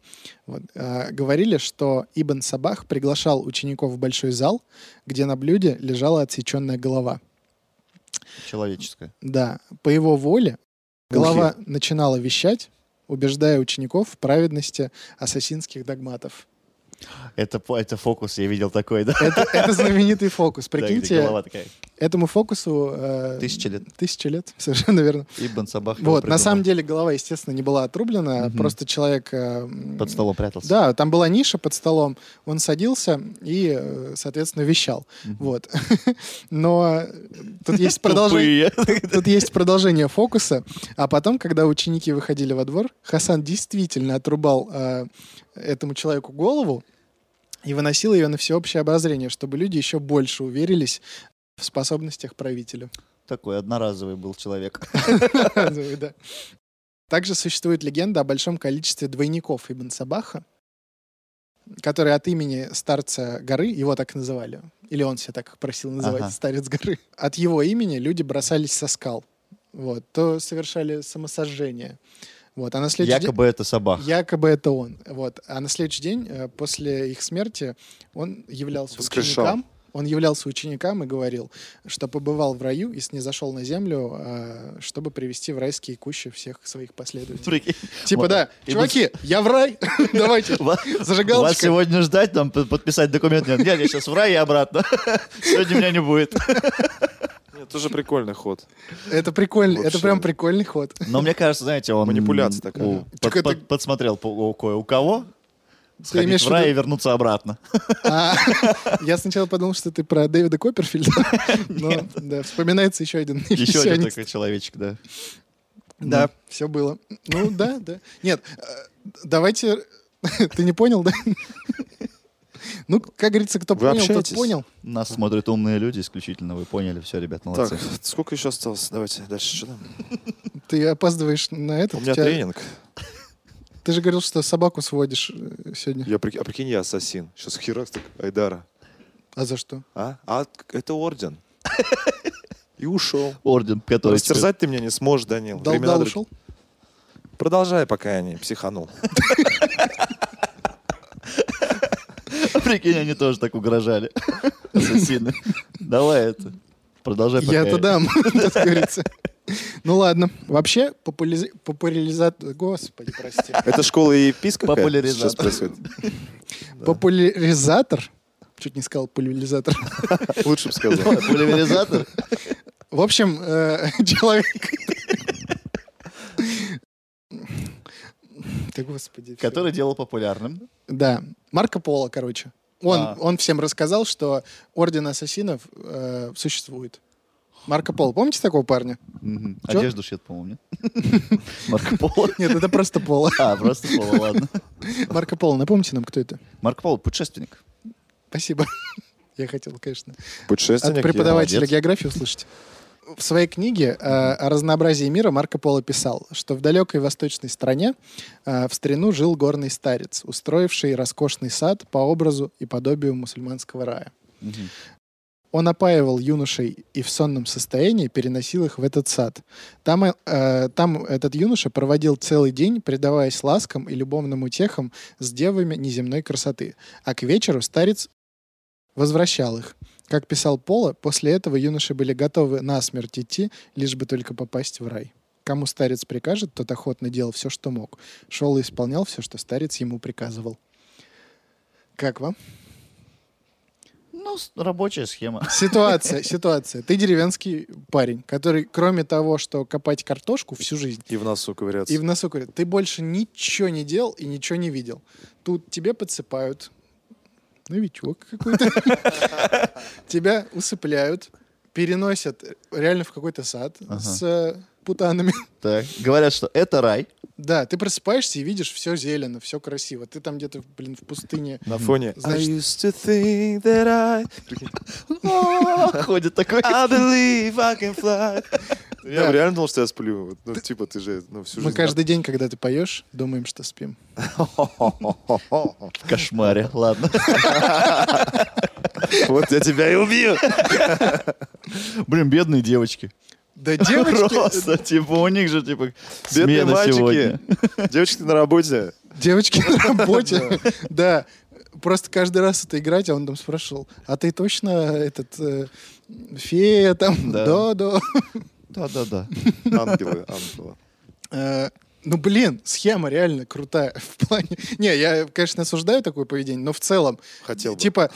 [SPEAKER 1] Вот. А, говорили, что Ибн Сабах приглашал учеников в большой зал, где на блюде лежала отсеченная голова.
[SPEAKER 2] Человеческое.
[SPEAKER 1] Да, по его воле голова начинала вещать, убеждая учеников в праведности ассасинских догматов.
[SPEAKER 2] Это, по- это фокус, я видел такой, да?
[SPEAKER 1] Это, это знаменитый фокус.
[SPEAKER 2] Да, где
[SPEAKER 1] Прикиньте,
[SPEAKER 2] голова такая.
[SPEAKER 1] этому фокусу... э,
[SPEAKER 2] Тысяча лет.
[SPEAKER 1] Тысяча лет, совершенно верно.
[SPEAKER 2] Ибн Сабах его
[SPEAKER 1] Вот, на
[SPEAKER 2] придумал.
[SPEAKER 1] самом деле голова, естественно, не была отрублена, а
[SPEAKER 2] Мгм.
[SPEAKER 1] просто человек... э, м,
[SPEAKER 2] Под столом прятался.
[SPEAKER 1] Да, там была ниша под столом, он садился и, э, соответственно, вещал.
[SPEAKER 2] Мгм.
[SPEAKER 1] Вот. Но тут есть продолжение...
[SPEAKER 2] Тупые.
[SPEAKER 1] Тут есть продолжение фокуса. А потом, когда ученики выходили во двор, Хасан действительно отрубал э, этому человеку голову и выносил ее на всеобщее обозрение, чтобы люди еще больше уверились в способностях правителя.
[SPEAKER 2] Такой одноразовый был человек.
[SPEAKER 1] Да. Также существует легенда о большом количестве двойников Ибн Сабаха, которые от имени старца горы, его так называли, или он себя так просил называть,
[SPEAKER 2] Ага.
[SPEAKER 1] старец горы, от его имени люди бросались со скал, вот, то совершали самосожжение. Вот, а на следующий день-
[SPEAKER 2] Якобы это Сабах.
[SPEAKER 1] Якобы это он. Вот. А на следующий день, э, после их смерти, он являлся
[SPEAKER 3] Воскрешал.
[SPEAKER 1] ученикам. Он являлся ученикам и говорил, что побывал в раю и снизошел на землю, э, чтобы привести в райские кущи всех своих последователей.
[SPEAKER 2] Прикинь.
[SPEAKER 1] Типа,
[SPEAKER 2] Вот.
[SPEAKER 1] да,
[SPEAKER 2] И
[SPEAKER 1] чуваки, я в рай, давайте,
[SPEAKER 2] Вас вас
[SPEAKER 1] зажигалочка.
[SPEAKER 2] сегодня ждать, там п- подписать документ. Нет, нет, я сейчас в рай и обратно. Сегодня меня не будет.
[SPEAKER 3] Нет, тоже прикольный ход.
[SPEAKER 1] Это прикольно, это
[SPEAKER 3] Вообще.
[SPEAKER 1] прям прикольный ход.
[SPEAKER 2] Но мне кажется, знаете, он...
[SPEAKER 3] Манипуляция такая.
[SPEAKER 2] у-
[SPEAKER 3] Ага.
[SPEAKER 2] под-
[SPEAKER 1] Так это-
[SPEAKER 2] под- Подсмотрел по- у кое- у кого,
[SPEAKER 1] Ты
[SPEAKER 2] Сходить
[SPEAKER 1] имеешь
[SPEAKER 2] в
[SPEAKER 1] в виду-
[SPEAKER 2] рай и вернуться обратно.
[SPEAKER 1] А, Я сначала подумал, что ты про Дэвида Копперфильда. Но да, вспоминается еще один
[SPEAKER 2] Еще один
[SPEAKER 1] иллюзионист.
[SPEAKER 2] такой человечек, да.
[SPEAKER 1] Да, все было. Ну да, да. Нет, э, давайте... Ты не понял, да? Ну, как говорится, кто
[SPEAKER 3] Вы
[SPEAKER 1] понял, тот
[SPEAKER 3] общаетесь?
[SPEAKER 1] понял.
[SPEAKER 2] Нас смотрят умные люди исключительно, вы поняли, все, ребят, молодцы.
[SPEAKER 3] Так, сколько еще осталось? Давайте дальше. Что там?
[SPEAKER 1] Ты опаздываешь на это.
[SPEAKER 3] У меня тренинг.
[SPEAKER 1] Ты же говорил, что собаку сводишь э, сегодня.
[SPEAKER 3] Я, прик- а прикинь, я ассасин. Сейчас херак так Айдара.
[SPEAKER 1] А за что?
[SPEAKER 3] А? А к- это орден. И ушел.
[SPEAKER 2] Орден, который... тебе-
[SPEAKER 3] Растерзать ты меня не сможешь, Данил.
[SPEAKER 1] Дал,
[SPEAKER 3] Времена
[SPEAKER 1] дал
[SPEAKER 3] друг-
[SPEAKER 1] ушел?
[SPEAKER 3] Продолжай, пока я не психанул.
[SPEAKER 2] Прикинь, они тоже так угрожали. Ассасины. Давай это. Продолжай. пока
[SPEAKER 3] Э.
[SPEAKER 1] Я-то дам, как говорится. Ну ладно. Вообще, популязи- популяриза- Господи, прости.
[SPEAKER 3] Это школа и писка?
[SPEAKER 2] Популяризатор.
[SPEAKER 3] Сейчас происходит.
[SPEAKER 1] Популяризатор. Чуть не сказал поляризатор.
[SPEAKER 3] Лучше бы сказал.
[SPEAKER 2] Пульверизатор?
[SPEAKER 1] В общем, э, человек... Ты, господи. всё.
[SPEAKER 2] Который делал популярным.
[SPEAKER 1] Да. Марко Поло, короче. Он,
[SPEAKER 2] А.
[SPEAKER 1] он всем рассказал, что Орден Ассасинов э, существует. Марко Поло. Помните такого парня?
[SPEAKER 2] Мгм.
[SPEAKER 1] Чё?
[SPEAKER 2] Одежду шьет, по-моему, нет? Марко Поло.
[SPEAKER 1] Нет, это просто Поло.
[SPEAKER 2] А, просто Поло, ладно.
[SPEAKER 1] Марко Поло, напомните нам, кто это.
[SPEAKER 2] Марко Поло, путешественник.
[SPEAKER 1] Спасибо. Я хотел, конечно, от
[SPEAKER 3] Путешественник. я.
[SPEAKER 1] преподавателя
[SPEAKER 2] молодец.
[SPEAKER 1] географии услышать. В своей книге э, о разнообразии мира Марко Поло писал, что в далекой восточной стране э, в старину жил горный старец, устроивший роскошный сад по образу и подобию мусульманского рая.
[SPEAKER 2] Мгм.
[SPEAKER 1] Он опаивал юношей и в сонном состоянии переносил их в этот сад. Там, э, там этот юноша проводил целый день, предаваясь ласкам и любовным утехам с девами неземной красоты. А к вечеру старец возвращал их. Как писал Пола, после этого юноши были готовы насмерть идти, лишь бы только попасть в рай. Кому старец прикажет, тот охотно делал все, что мог. Шел и исполнял все, что старец ему приказывал. Как вам?
[SPEAKER 2] Ну, с- рабочая схема.
[SPEAKER 1] Ситуация, ситуация. Ты деревенский парень, который, кроме того, что копать картошку всю жизнь,
[SPEAKER 3] И в носу ковыряться.
[SPEAKER 1] и в носу говорит, ты больше ничего не делал и ничего не видел. Тут тебе подсыпают новичок какой-то. Тебя усыпляют, переносят реально в какой-то сад
[SPEAKER 2] Ага.
[SPEAKER 1] с э, путанами.
[SPEAKER 2] Так, говорят, что это рай.
[SPEAKER 1] Да, ты просыпаешься и видишь все зелено, все красиво. Ты там где-то, блин, в пустыне.
[SPEAKER 3] На фоне.
[SPEAKER 1] Значит-
[SPEAKER 3] I used to think that I...
[SPEAKER 1] А.
[SPEAKER 2] Ходит такой.
[SPEAKER 3] I believe I can fly. Я
[SPEAKER 1] Да.
[SPEAKER 3] реально думал, что я сплю. Вот, Ну, типа, ты же ну, всю
[SPEAKER 1] Мы
[SPEAKER 3] жизнь...
[SPEAKER 1] каждый день, когда ты поешь, думаем, что спим.
[SPEAKER 2] В кошмаре. Ладно.
[SPEAKER 3] Вот я тебя и убью.
[SPEAKER 2] Блин, бедные девочки.
[SPEAKER 1] Да девочки,
[SPEAKER 2] Просто, типа, у них же, типа,
[SPEAKER 3] Бедные
[SPEAKER 2] смена сегодня.
[SPEAKER 3] мальчики. Девочки на работе.
[SPEAKER 1] Девочки на работе. Да. Просто каждый раз это играть, а он там спрашивал, а ты точно этот э, фея там? Да,
[SPEAKER 2] Да.
[SPEAKER 1] да.
[SPEAKER 2] Да-да-да.
[SPEAKER 3] Ангелы, ангелы.
[SPEAKER 1] Э, Ну, блин, схема реально крутая в плане... Не, я, конечно, осуждаю такое поведение, но в целом...
[SPEAKER 3] Хотел бы.
[SPEAKER 1] Типа,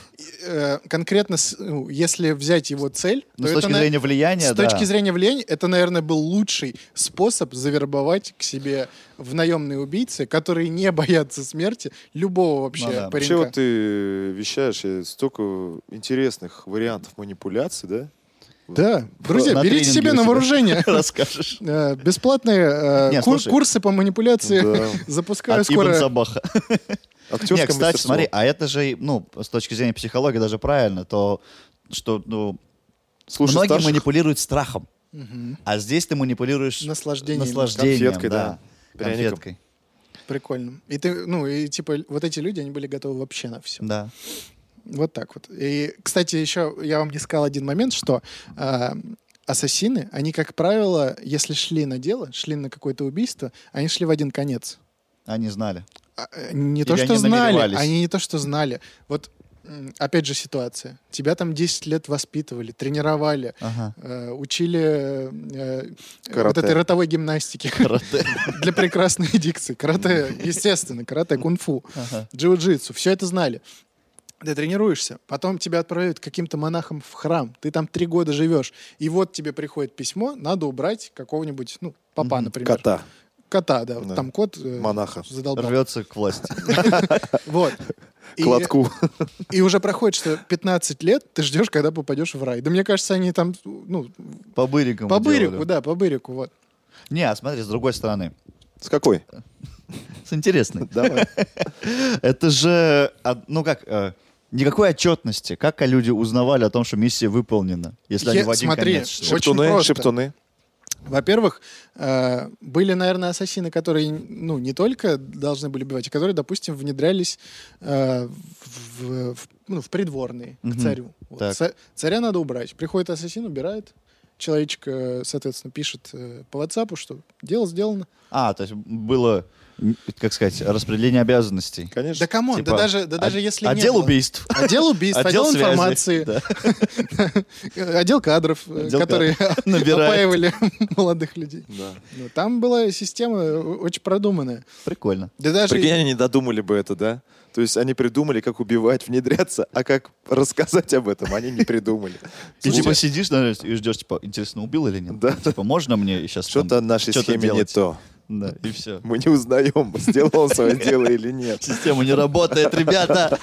[SPEAKER 1] э, конкретно, с- ну, если взять его цель...
[SPEAKER 2] Ну,
[SPEAKER 1] то
[SPEAKER 2] с
[SPEAKER 1] это
[SPEAKER 2] точки
[SPEAKER 1] на-
[SPEAKER 2] зрения влияния,
[SPEAKER 1] С точки
[SPEAKER 2] да.
[SPEAKER 1] зрения влияния, это, наверное, был лучший способ завербовать к себе в наемные убийцы, которые не боятся смерти любого вообще
[SPEAKER 2] Ну да.
[SPEAKER 1] паренька.
[SPEAKER 3] Вообще вот ты вещаешь, и столько интересных вариантов манипуляций, да?
[SPEAKER 1] Да, друзья,
[SPEAKER 2] на
[SPEAKER 1] берите
[SPEAKER 2] тренинге
[SPEAKER 1] себе
[SPEAKER 2] у
[SPEAKER 1] на
[SPEAKER 2] себя.
[SPEAKER 1] вооружение.
[SPEAKER 2] Расскажешь.
[SPEAKER 1] Э, Бесплатные э,
[SPEAKER 2] Не,
[SPEAKER 1] кур-
[SPEAKER 2] слушай. А типа
[SPEAKER 1] курсы по манипуляции
[SPEAKER 3] Да.
[SPEAKER 1] запускаю
[SPEAKER 2] От Ибн
[SPEAKER 1] скоро.
[SPEAKER 2] Забаха.
[SPEAKER 3] Актерское
[SPEAKER 2] Не, кстати,
[SPEAKER 3] мастерство.
[SPEAKER 2] смотри, а это же, ну, с точки зрения психологии даже правильно, то, что, ну,
[SPEAKER 3] Слушай,
[SPEAKER 2] многие
[SPEAKER 3] старших
[SPEAKER 2] манипулируют страхом,
[SPEAKER 1] Мгм.
[SPEAKER 2] а здесь ты манипулируешь
[SPEAKER 1] Наслаждением.
[SPEAKER 2] наслаждением,
[SPEAKER 3] Конфеткой,
[SPEAKER 2] да.
[SPEAKER 3] да, пряником.
[SPEAKER 2] Конфеткой,
[SPEAKER 1] Прикольно. И ты, ну, и типа, вот эти люди, они были готовы вообще на все.
[SPEAKER 2] да.
[SPEAKER 1] Вот так вот. И, кстати, еще я вам не сказал один момент, что э, ассасины, они, как правило, если шли на дело, шли на какое-то убийство, они шли в один конец.
[SPEAKER 2] Они знали.
[SPEAKER 1] А, э, Не
[SPEAKER 2] Или
[SPEAKER 1] то, что
[SPEAKER 2] они
[SPEAKER 1] знали,
[SPEAKER 2] намеревались?
[SPEAKER 1] они не то, что знали. Вот, м, опять же, ситуация. Тебя там 10 лет воспитывали, тренировали,
[SPEAKER 2] Ага.
[SPEAKER 1] Э, учили э, э, вот
[SPEAKER 3] Карате.
[SPEAKER 1] этой ротовой гимнастики
[SPEAKER 2] Карате.
[SPEAKER 1] для прекрасной дикции. Карате, естественно, карате, кунг-фу,
[SPEAKER 2] Ага.
[SPEAKER 1] джиу-джитсу, все это знали. Ты тренируешься, потом тебя отправляют к каким-то монахом в храм, ты там три года живешь, и вот тебе приходит письмо, надо убрать какого-нибудь, ну, папа, например.
[SPEAKER 3] кота.
[SPEAKER 1] кота, да.
[SPEAKER 3] Да.
[SPEAKER 1] Там кот э,
[SPEAKER 3] Монаха.
[SPEAKER 1] задолбал.
[SPEAKER 2] Рвется к власти.
[SPEAKER 1] Вот. И-
[SPEAKER 3] К лотку.
[SPEAKER 1] И уже проходит, что 15 лет ты ждешь, когда попадешь в рай. Да мне кажется, они там, ну,
[SPEAKER 2] По бырикам.
[SPEAKER 1] по бырику,
[SPEAKER 2] делали.
[SPEAKER 1] да, по бырику, вот.
[SPEAKER 2] Не, а смотри, с другой стороны.
[SPEAKER 3] С какой?
[SPEAKER 2] С интересной.
[SPEAKER 3] Давай.
[SPEAKER 2] Это же, од- ну как, э, никакой отчетности. Как а люди узнавали о том, что миссия выполнена, если они
[SPEAKER 1] Я-
[SPEAKER 2] в один
[SPEAKER 1] смотри,
[SPEAKER 2] конец шли?
[SPEAKER 1] очень
[SPEAKER 3] Шептуны,
[SPEAKER 1] просто.
[SPEAKER 3] шептуны.
[SPEAKER 1] Во-первых, э, были, наверное, ассасины, которые, ну, не только должны были убивать, а которые, допустим, внедрялись э, в, в- ну, в придворные, к
[SPEAKER 2] Мгм.
[SPEAKER 1] царю. Вот.
[SPEAKER 2] Так.
[SPEAKER 1] Ца- Царя надо убрать. Приходит ассасин, убирает. Человечек, э, соответственно, пишет э, по WhatsApp, что дело сделано.
[SPEAKER 2] А, то есть было, м, как сказать, распределение обязанностей.
[SPEAKER 1] Да
[SPEAKER 3] Конечно.
[SPEAKER 1] камон, да
[SPEAKER 2] Типа,
[SPEAKER 1] даже, да
[SPEAKER 2] от-
[SPEAKER 1] даже если не
[SPEAKER 2] Отдел
[SPEAKER 1] было.
[SPEAKER 2] убийств.
[SPEAKER 1] Отдел убийств, отдел,
[SPEAKER 2] А связи,
[SPEAKER 1] информации,
[SPEAKER 2] да.
[SPEAKER 1] отдел кадров, э,
[SPEAKER 2] Отдел
[SPEAKER 1] которые
[SPEAKER 2] Набирает.
[SPEAKER 1] опаивали молодых людей.
[SPEAKER 3] Да.
[SPEAKER 1] Ну, там была система э, очень продуманная.
[SPEAKER 2] Прикольно.
[SPEAKER 1] Да даже...
[SPEAKER 3] Прикинь, они не додумали бы это, да? То есть они придумали, как убивать, внедряться, а как рассказать об этом они не придумали.
[SPEAKER 2] Ты
[SPEAKER 3] Слушай,
[SPEAKER 2] типа сидишь наверное, и ждешь, типа, интересно, убил или нет?
[SPEAKER 3] Да.
[SPEAKER 2] Типа, можно мне сейчас
[SPEAKER 3] Что-то в нашей схеме не то.
[SPEAKER 2] Да, и все.
[SPEAKER 3] Мы не узнаем, сделал он свое дело или нет.
[SPEAKER 2] Система не работает, ребята.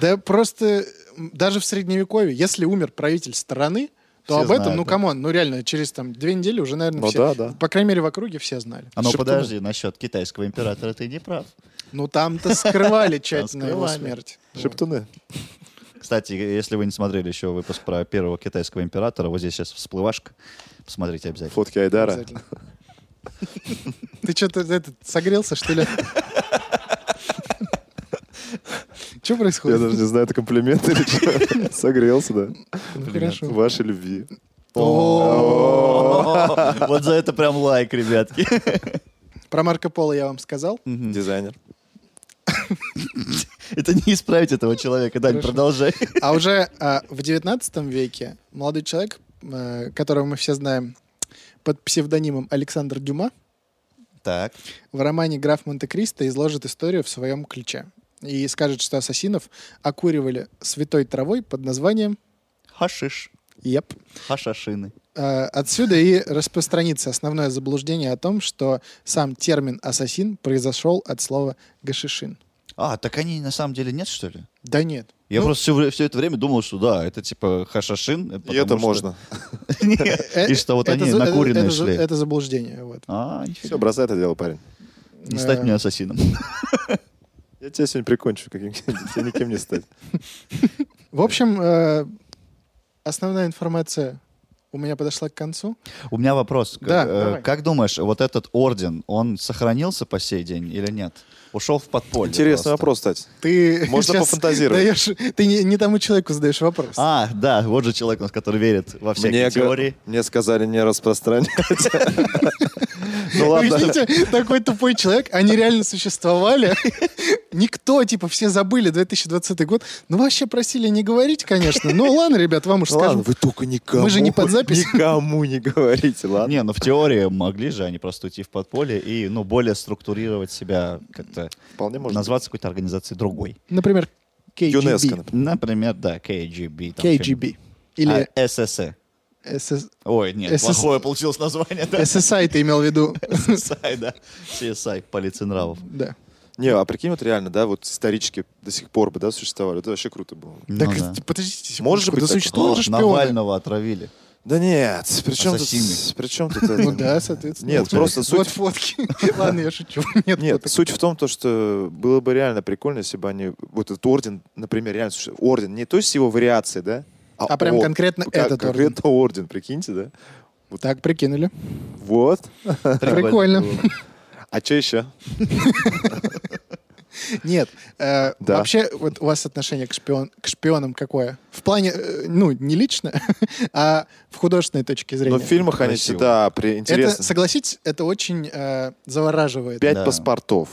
[SPEAKER 1] Да просто м, даже в средневековье, если умер правитель страны, то
[SPEAKER 2] Все
[SPEAKER 1] об этом,
[SPEAKER 2] знают,
[SPEAKER 1] ну
[SPEAKER 2] да.
[SPEAKER 1] камон, ну реально, через там две недели уже, наверное,
[SPEAKER 3] Ну
[SPEAKER 1] все.
[SPEAKER 3] да, да.
[SPEAKER 1] По крайней мере, в округе все знали.
[SPEAKER 2] А ну
[SPEAKER 3] Шептуны.
[SPEAKER 2] подожди, насчет китайского императора ты не прав.
[SPEAKER 1] Ну там-то скрывали тщательно его
[SPEAKER 2] скрывали.
[SPEAKER 1] смерть. Вот.
[SPEAKER 3] Шептуны.
[SPEAKER 2] Кстати, если вы не смотрели еще выпуск про первого китайского императора, вот здесь сейчас всплывашка. Посмотрите обязательно.
[SPEAKER 3] Фотки Айдара.
[SPEAKER 1] Обязательно. Ты что-то этот, согрелся, что ли? Что
[SPEAKER 3] Я даже
[SPEAKER 1] происходит?
[SPEAKER 3] не знаю, это комплимент или что. Согрелся, да.
[SPEAKER 1] Ну, хорошо.
[SPEAKER 3] Вашей любви.
[SPEAKER 2] О, Вот за это прям лайк, ребятки.
[SPEAKER 1] Про Марко Поло я вам сказал.
[SPEAKER 3] Дизайнер.
[SPEAKER 2] Это не исправить этого человека. Дань,
[SPEAKER 1] Хорошо.
[SPEAKER 2] продолжай.
[SPEAKER 1] А уже а, в 19 веке молодой человек, э, которого мы все знаем под псевдонимом Александр Дюма,
[SPEAKER 2] Так.
[SPEAKER 1] в романе «Граф Монте-Кристо» изложит историю в своем ключе и скажет, что ассасинов окуривали святой травой под названием
[SPEAKER 2] Хашиш.
[SPEAKER 1] «Еп».
[SPEAKER 2] Хашашины.
[SPEAKER 1] Э, Отсюда и распространится основное заблуждение о том, что сам термин «ассасин» произошел от слова «гашишин».
[SPEAKER 2] А, так они на самом деле нет, что ли?
[SPEAKER 1] Да нет.
[SPEAKER 2] Я
[SPEAKER 1] Ну,
[SPEAKER 2] просто все, это время думал, что да, это типа хашашин.
[SPEAKER 3] И
[SPEAKER 2] потому
[SPEAKER 3] это
[SPEAKER 2] что-
[SPEAKER 3] можно.
[SPEAKER 1] э,
[SPEAKER 2] И что вот
[SPEAKER 1] это
[SPEAKER 2] они
[SPEAKER 1] за- это-
[SPEAKER 2] накуренные
[SPEAKER 1] это за-
[SPEAKER 2] шли.
[SPEAKER 1] Это заблуждение. вот.
[SPEAKER 2] А, нифига.
[SPEAKER 3] Все, бросай это дело, парень.
[SPEAKER 2] Не стать
[SPEAKER 1] Э,
[SPEAKER 2] мне ассасином.
[SPEAKER 3] Я тебя сегодня прикончу, каким-нибудь. Тебе никем не стать.
[SPEAKER 1] В общем, э, основная информация у меня подошла к концу.
[SPEAKER 2] У меня вопрос. К-
[SPEAKER 1] Да,
[SPEAKER 2] э,
[SPEAKER 1] давай.
[SPEAKER 2] Как думаешь, вот этот орден, он сохранился по сей день или нет? Ушел в подполье.
[SPEAKER 3] Интересный
[SPEAKER 2] просто.
[SPEAKER 3] вопрос, кстати.
[SPEAKER 1] Ты
[SPEAKER 3] Можно
[SPEAKER 1] щас
[SPEAKER 3] пофантазировать.
[SPEAKER 1] даешь- ты не, не тому человеку задаешь вопрос.
[SPEAKER 2] А, да, вот же человек, у нас, который верит во всякие
[SPEAKER 3] га-
[SPEAKER 2] теории.
[SPEAKER 3] мне сказали не распространять. Ну ладно.
[SPEAKER 1] Прикиньте, такой тупой человек, они реально существовали. Никто, типа, все забыли 2020 год. Ну, вообще просили не говорить, конечно. Ну, ладно, ребят, вам уж
[SPEAKER 3] Ну Ладно,
[SPEAKER 1] скажем.
[SPEAKER 3] вы только никому.
[SPEAKER 1] Мы же не под запись.
[SPEAKER 3] Никому не говорите, ладно?
[SPEAKER 2] Не, ну в теории могли же они просто уйти в подполье и, ну, более структурировать себя как-то,
[SPEAKER 3] Вполне можно.
[SPEAKER 2] назваться какой-то организацией другой.
[SPEAKER 1] Например,
[SPEAKER 3] ЮНЕСКО,
[SPEAKER 1] KGB.
[SPEAKER 3] например.
[SPEAKER 2] Например, да, KGB. там
[SPEAKER 1] KGB. Или
[SPEAKER 2] что-нибудь. А, ССС.
[SPEAKER 3] А.
[SPEAKER 1] SS
[SPEAKER 2] Ой, нет,
[SPEAKER 1] СС.
[SPEAKER 2] плохое получилось название, да.
[SPEAKER 1] SSI А ты имел в виду.
[SPEAKER 2] CSI, да. CSI, полиция нравов.
[SPEAKER 1] Да.
[SPEAKER 3] Не, а прикинь, вот реально, да, вот исторически до сих пор бы, да, существовали. Это вообще круто было.
[SPEAKER 1] Так, типа,
[SPEAKER 2] Ну да.
[SPEAKER 1] подождите секундочку,
[SPEAKER 3] Может быть
[SPEAKER 1] да
[SPEAKER 3] такое.
[SPEAKER 1] существовали же
[SPEAKER 2] О,
[SPEAKER 1] шпионы.
[SPEAKER 2] Навального отравили.
[SPEAKER 3] Да нет, при чем тут...
[SPEAKER 2] Ассасины.
[SPEAKER 3] При чем тут это?
[SPEAKER 1] Ну да, соответственно.
[SPEAKER 3] Нет, просто
[SPEAKER 1] Вот
[SPEAKER 3] суть...
[SPEAKER 1] фотки. Ладно, я шучу. Нет,
[SPEAKER 3] Нет,
[SPEAKER 1] фоток.
[SPEAKER 3] суть в том, то, что было бы реально прикольно, если бы они... Вот этот орден, например, реально... слушай, Орден, не то есть его вариации, да?
[SPEAKER 1] А прям
[SPEAKER 3] ор-
[SPEAKER 1] конкретно
[SPEAKER 3] кон-
[SPEAKER 1] этот орден.
[SPEAKER 3] Конкретно орден, прикиньте, да?
[SPEAKER 1] Так, прикинули.
[SPEAKER 3] Вот.
[SPEAKER 1] Прикольно.
[SPEAKER 3] А что еще?
[SPEAKER 1] Нет. э,
[SPEAKER 3] Да.
[SPEAKER 1] Вообще, вот у вас отношение к, шпион, к шпионам какое? В плане, э, ну, не лично, а в художественной точке
[SPEAKER 3] Но
[SPEAKER 1] зрения.
[SPEAKER 3] Ну, в фильмах они
[SPEAKER 2] Красиво.
[SPEAKER 3] всегда при...
[SPEAKER 1] это,
[SPEAKER 3] интересно.
[SPEAKER 1] согласитесь, это очень э, завораживает.
[SPEAKER 3] Пять
[SPEAKER 2] Да.
[SPEAKER 3] паспортов.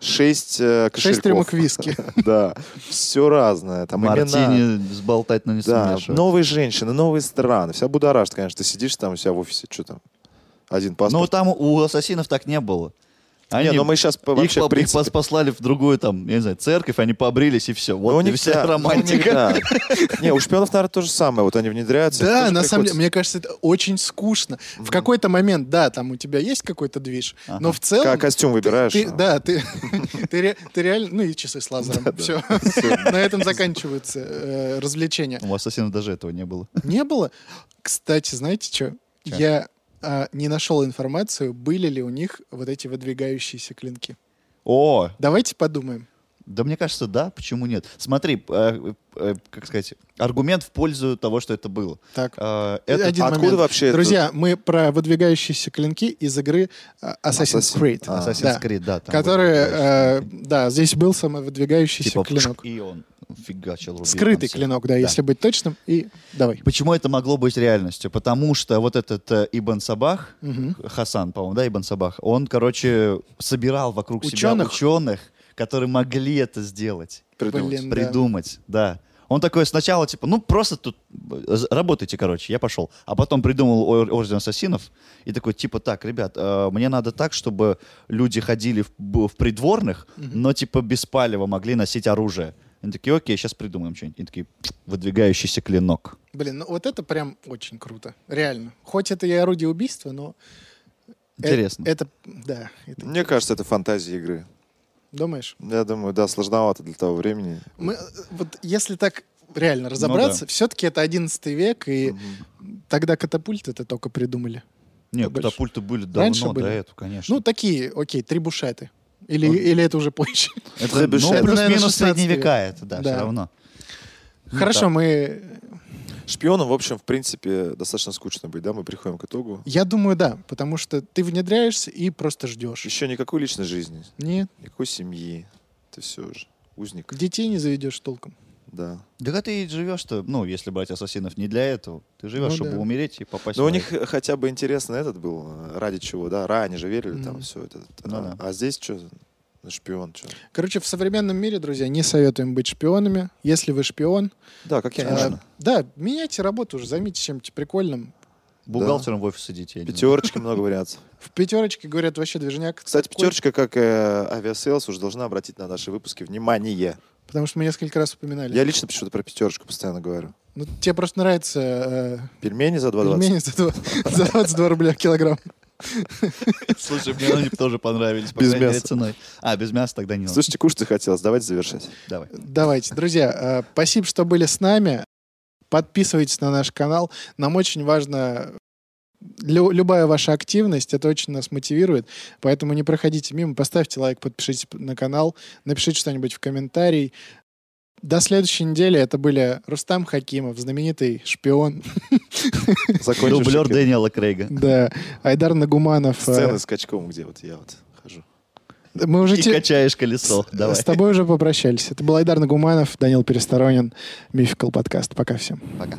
[SPEAKER 3] Шесть э, кошельков.
[SPEAKER 1] Шесть рюмок виски.
[SPEAKER 3] Да. Все разное. Там имена.
[SPEAKER 2] Мартини сболтать, но не
[SPEAKER 3] Да,
[SPEAKER 2] сумеешь.
[SPEAKER 3] новые женщины, новые страны. Вся будоражит, конечно. Ты сидишь там у себя в офисе, что там? Один
[SPEAKER 2] Ну,
[SPEAKER 3] паспорт.
[SPEAKER 2] там у ассасинов так не было. Они
[SPEAKER 3] Не, но мы сейчас
[SPEAKER 2] их
[SPEAKER 3] вообще,
[SPEAKER 2] по-
[SPEAKER 3] в
[SPEAKER 2] их
[SPEAKER 3] принципе...
[SPEAKER 2] пос- послали в другую, там, я не знаю, церковь, они побрились и все.
[SPEAKER 3] Ну,
[SPEAKER 2] Вот
[SPEAKER 3] у
[SPEAKER 2] и
[SPEAKER 3] них
[SPEAKER 2] вся
[SPEAKER 3] да, ну, у них,
[SPEAKER 2] романтика.
[SPEAKER 3] да. Не, у шпионов, наверное, то же самое. Вот они внедряются.
[SPEAKER 1] Да,
[SPEAKER 3] тоже
[SPEAKER 1] на самом деле,
[SPEAKER 3] приходится-
[SPEAKER 1] мне кажется, это очень скучно. В какой-то момент, да, там у тебя есть какой-то движ, но в целом...
[SPEAKER 3] Ко- костюм
[SPEAKER 1] ты-
[SPEAKER 3] выбираешь,
[SPEAKER 1] ты-
[SPEAKER 3] а?
[SPEAKER 1] да, ты, ты, ре- ты реально... Ну и часы с лазером. Все. На этом заканчиваются э, развлечения.
[SPEAKER 2] У ассасинов даже этого не было.
[SPEAKER 1] Не было? Кстати, знаете что?
[SPEAKER 2] Чё?
[SPEAKER 1] Я а, не нашел информацию, были ли у них вот эти выдвигающиеся клинки.
[SPEAKER 2] О,
[SPEAKER 1] Давайте подумаем.
[SPEAKER 2] Да мне кажется, да, почему нет? Смотри, э, э, как сказать, аргумент в пользу того, что это было.
[SPEAKER 1] Так.
[SPEAKER 2] Э, это-
[SPEAKER 1] Один
[SPEAKER 3] откуда
[SPEAKER 1] момент.
[SPEAKER 3] вообще это-
[SPEAKER 1] Друзья, мы про выдвигающиеся клинки из игры а, Assassin's
[SPEAKER 3] Assassin.
[SPEAKER 1] Creed.
[SPEAKER 3] А,
[SPEAKER 2] Assassin's
[SPEAKER 1] Да.
[SPEAKER 2] Creed, да. там
[SPEAKER 1] Который,
[SPEAKER 2] вот,
[SPEAKER 1] э,
[SPEAKER 2] знаешь,
[SPEAKER 1] да, здесь был самовыдвигающийся
[SPEAKER 2] типа,
[SPEAKER 1] клинок.
[SPEAKER 2] и он фигачил рубин.
[SPEAKER 1] Скрытый
[SPEAKER 2] там всё.
[SPEAKER 1] клинок, да,
[SPEAKER 2] Да.
[SPEAKER 1] если быть точным. И давай.
[SPEAKER 2] Почему это могло быть реальностью? Потому что вот этот э, Ибн Сабах,
[SPEAKER 1] Мгм.
[SPEAKER 2] Хасан, по-моему, да, Ибн Сабах, он, короче, собирал вокруг
[SPEAKER 1] Учёных?
[SPEAKER 2] себя ученых, которые могли это сделать.
[SPEAKER 3] придумать.
[SPEAKER 1] Блин. Да.
[SPEAKER 2] придумать, да. Он такой сначала, типа, ну просто тут э, з- работайте, короче, я пошел. А потом придумал ор- Орден Ассасинов и такой, типа, так, ребят, э, мне надо так, чтобы люди ходили в, б- в придворных, но типа без палева могли носить оружие. Они такие, окей, сейчас придумаем что-нибудь. И такие, выдвигающийся клинок.
[SPEAKER 1] Блин, ну вот это прям очень круто. Реально. Хоть это и орудие убийства, но... э-
[SPEAKER 2] Интересно.
[SPEAKER 1] Это, да. это-
[SPEAKER 3] Мне кажется, это фантазия игры.
[SPEAKER 1] думаешь?
[SPEAKER 3] Я думаю, да, сложновато для того времени.
[SPEAKER 1] Мы, э, вот если так реально
[SPEAKER 2] Ну
[SPEAKER 1] разобраться, все-таки это 11 век, и тогда катапульт это только придумали.
[SPEAKER 2] Не,
[SPEAKER 1] Побольше.
[SPEAKER 2] катапульты были давно,
[SPEAKER 1] Раньше были?
[SPEAKER 2] до этого, конечно.
[SPEAKER 1] Ну, такие, окей, трибушеты. Или,
[SPEAKER 2] Ну,
[SPEAKER 1] или это уже позже.
[SPEAKER 2] это, ну,
[SPEAKER 3] Требушет. Это,
[SPEAKER 1] наверное,
[SPEAKER 2] плюс-минус
[SPEAKER 1] 16
[SPEAKER 2] средние века это, да,
[SPEAKER 1] Да.
[SPEAKER 2] все равно. Ну,
[SPEAKER 1] Хорошо,
[SPEAKER 2] да.
[SPEAKER 1] мы...
[SPEAKER 3] Шпионом, в общем, в принципе, достаточно скучно быть, да? Мы приходим к итогу.
[SPEAKER 1] Я думаю, да, потому что ты внедряешься и просто ждешь.
[SPEAKER 3] Еще никакой личной жизни,
[SPEAKER 1] Нет,
[SPEAKER 3] никакой семьи. Ты все уже узник.
[SPEAKER 1] детей не заведешь толком.
[SPEAKER 3] Да.
[SPEAKER 2] Да ты и живешь-то, ну, если брать ассасинов не для этого. Ты живешь,
[SPEAKER 1] Ну,
[SPEAKER 2] чтобы
[SPEAKER 1] да.
[SPEAKER 2] умереть и попасть
[SPEAKER 3] Но
[SPEAKER 2] в
[SPEAKER 3] у
[SPEAKER 2] рай.
[SPEAKER 3] них хотя бы интересно этот был, э, ради чего, да? Ранее же верили там
[SPEAKER 1] Мгм.
[SPEAKER 3] все это.
[SPEAKER 2] Ну
[SPEAKER 3] а,
[SPEAKER 2] да.
[SPEAKER 3] а здесь что? ну, Шпион, что?
[SPEAKER 1] Короче, в современном мире, друзья, не советуем быть шпионами. Если вы шпион,
[SPEAKER 3] Да, как я
[SPEAKER 1] э,
[SPEAKER 3] можно.
[SPEAKER 1] да, меняйте работу уже, займитесь чем-то прикольным.
[SPEAKER 2] Бухгалтером в офис сидите. я не знаю.
[SPEAKER 3] Пятерочки много вариантов.
[SPEAKER 1] В пятерочке, говорят, вообще движняк.
[SPEAKER 3] Кстати,
[SPEAKER 1] такой.
[SPEAKER 3] пятерочка, как э, авиасейлс, уже должна обратить на наши выпуски внимание.
[SPEAKER 1] Потому что мы несколько раз упоминали.
[SPEAKER 3] Я лично почему-то про пятерочку постоянно говорю.
[SPEAKER 1] Ну, тебе просто нравится
[SPEAKER 3] Пельмени за
[SPEAKER 1] э,
[SPEAKER 3] 2,20.
[SPEAKER 1] пельмени за два- за 22 рубля килограмм.
[SPEAKER 2] Слушай, мне они тоже понравились. по
[SPEAKER 3] Без
[SPEAKER 2] крайней мере,
[SPEAKER 3] мяса.
[SPEAKER 2] ценой. А, без мяса тогда не надо.
[SPEAKER 3] Слушайте, кушать захотелось, давайте завершать.
[SPEAKER 2] Давай.
[SPEAKER 1] Давайте, друзья, э, спасибо, что были с нами. Подписывайтесь на наш канал. Нам очень важно лю- любая ваша активность, это очень нас мотивирует. Поэтому не проходите мимо, поставьте лайк, подпишитесь п- на канал, напишите что-нибудь в комментарии. До следующей недели. Это были Рустам Хакимов, знаменитый шпион.
[SPEAKER 3] Закончим.
[SPEAKER 2] Дублер
[SPEAKER 3] шикарно.
[SPEAKER 2] Дэниела Крейга.
[SPEAKER 1] Да, Айдар Нагуманов. э,
[SPEAKER 3] Сцены с качком, где вот я вот хожу.
[SPEAKER 1] Мы уже
[SPEAKER 2] И
[SPEAKER 1] те-
[SPEAKER 2] качаешь колесо. Давай.
[SPEAKER 1] с тобой уже попрощались. Это был Айдар Нагуманов, Данил Пересторонин, Мификал подкаст. Пока всем.
[SPEAKER 2] Пока.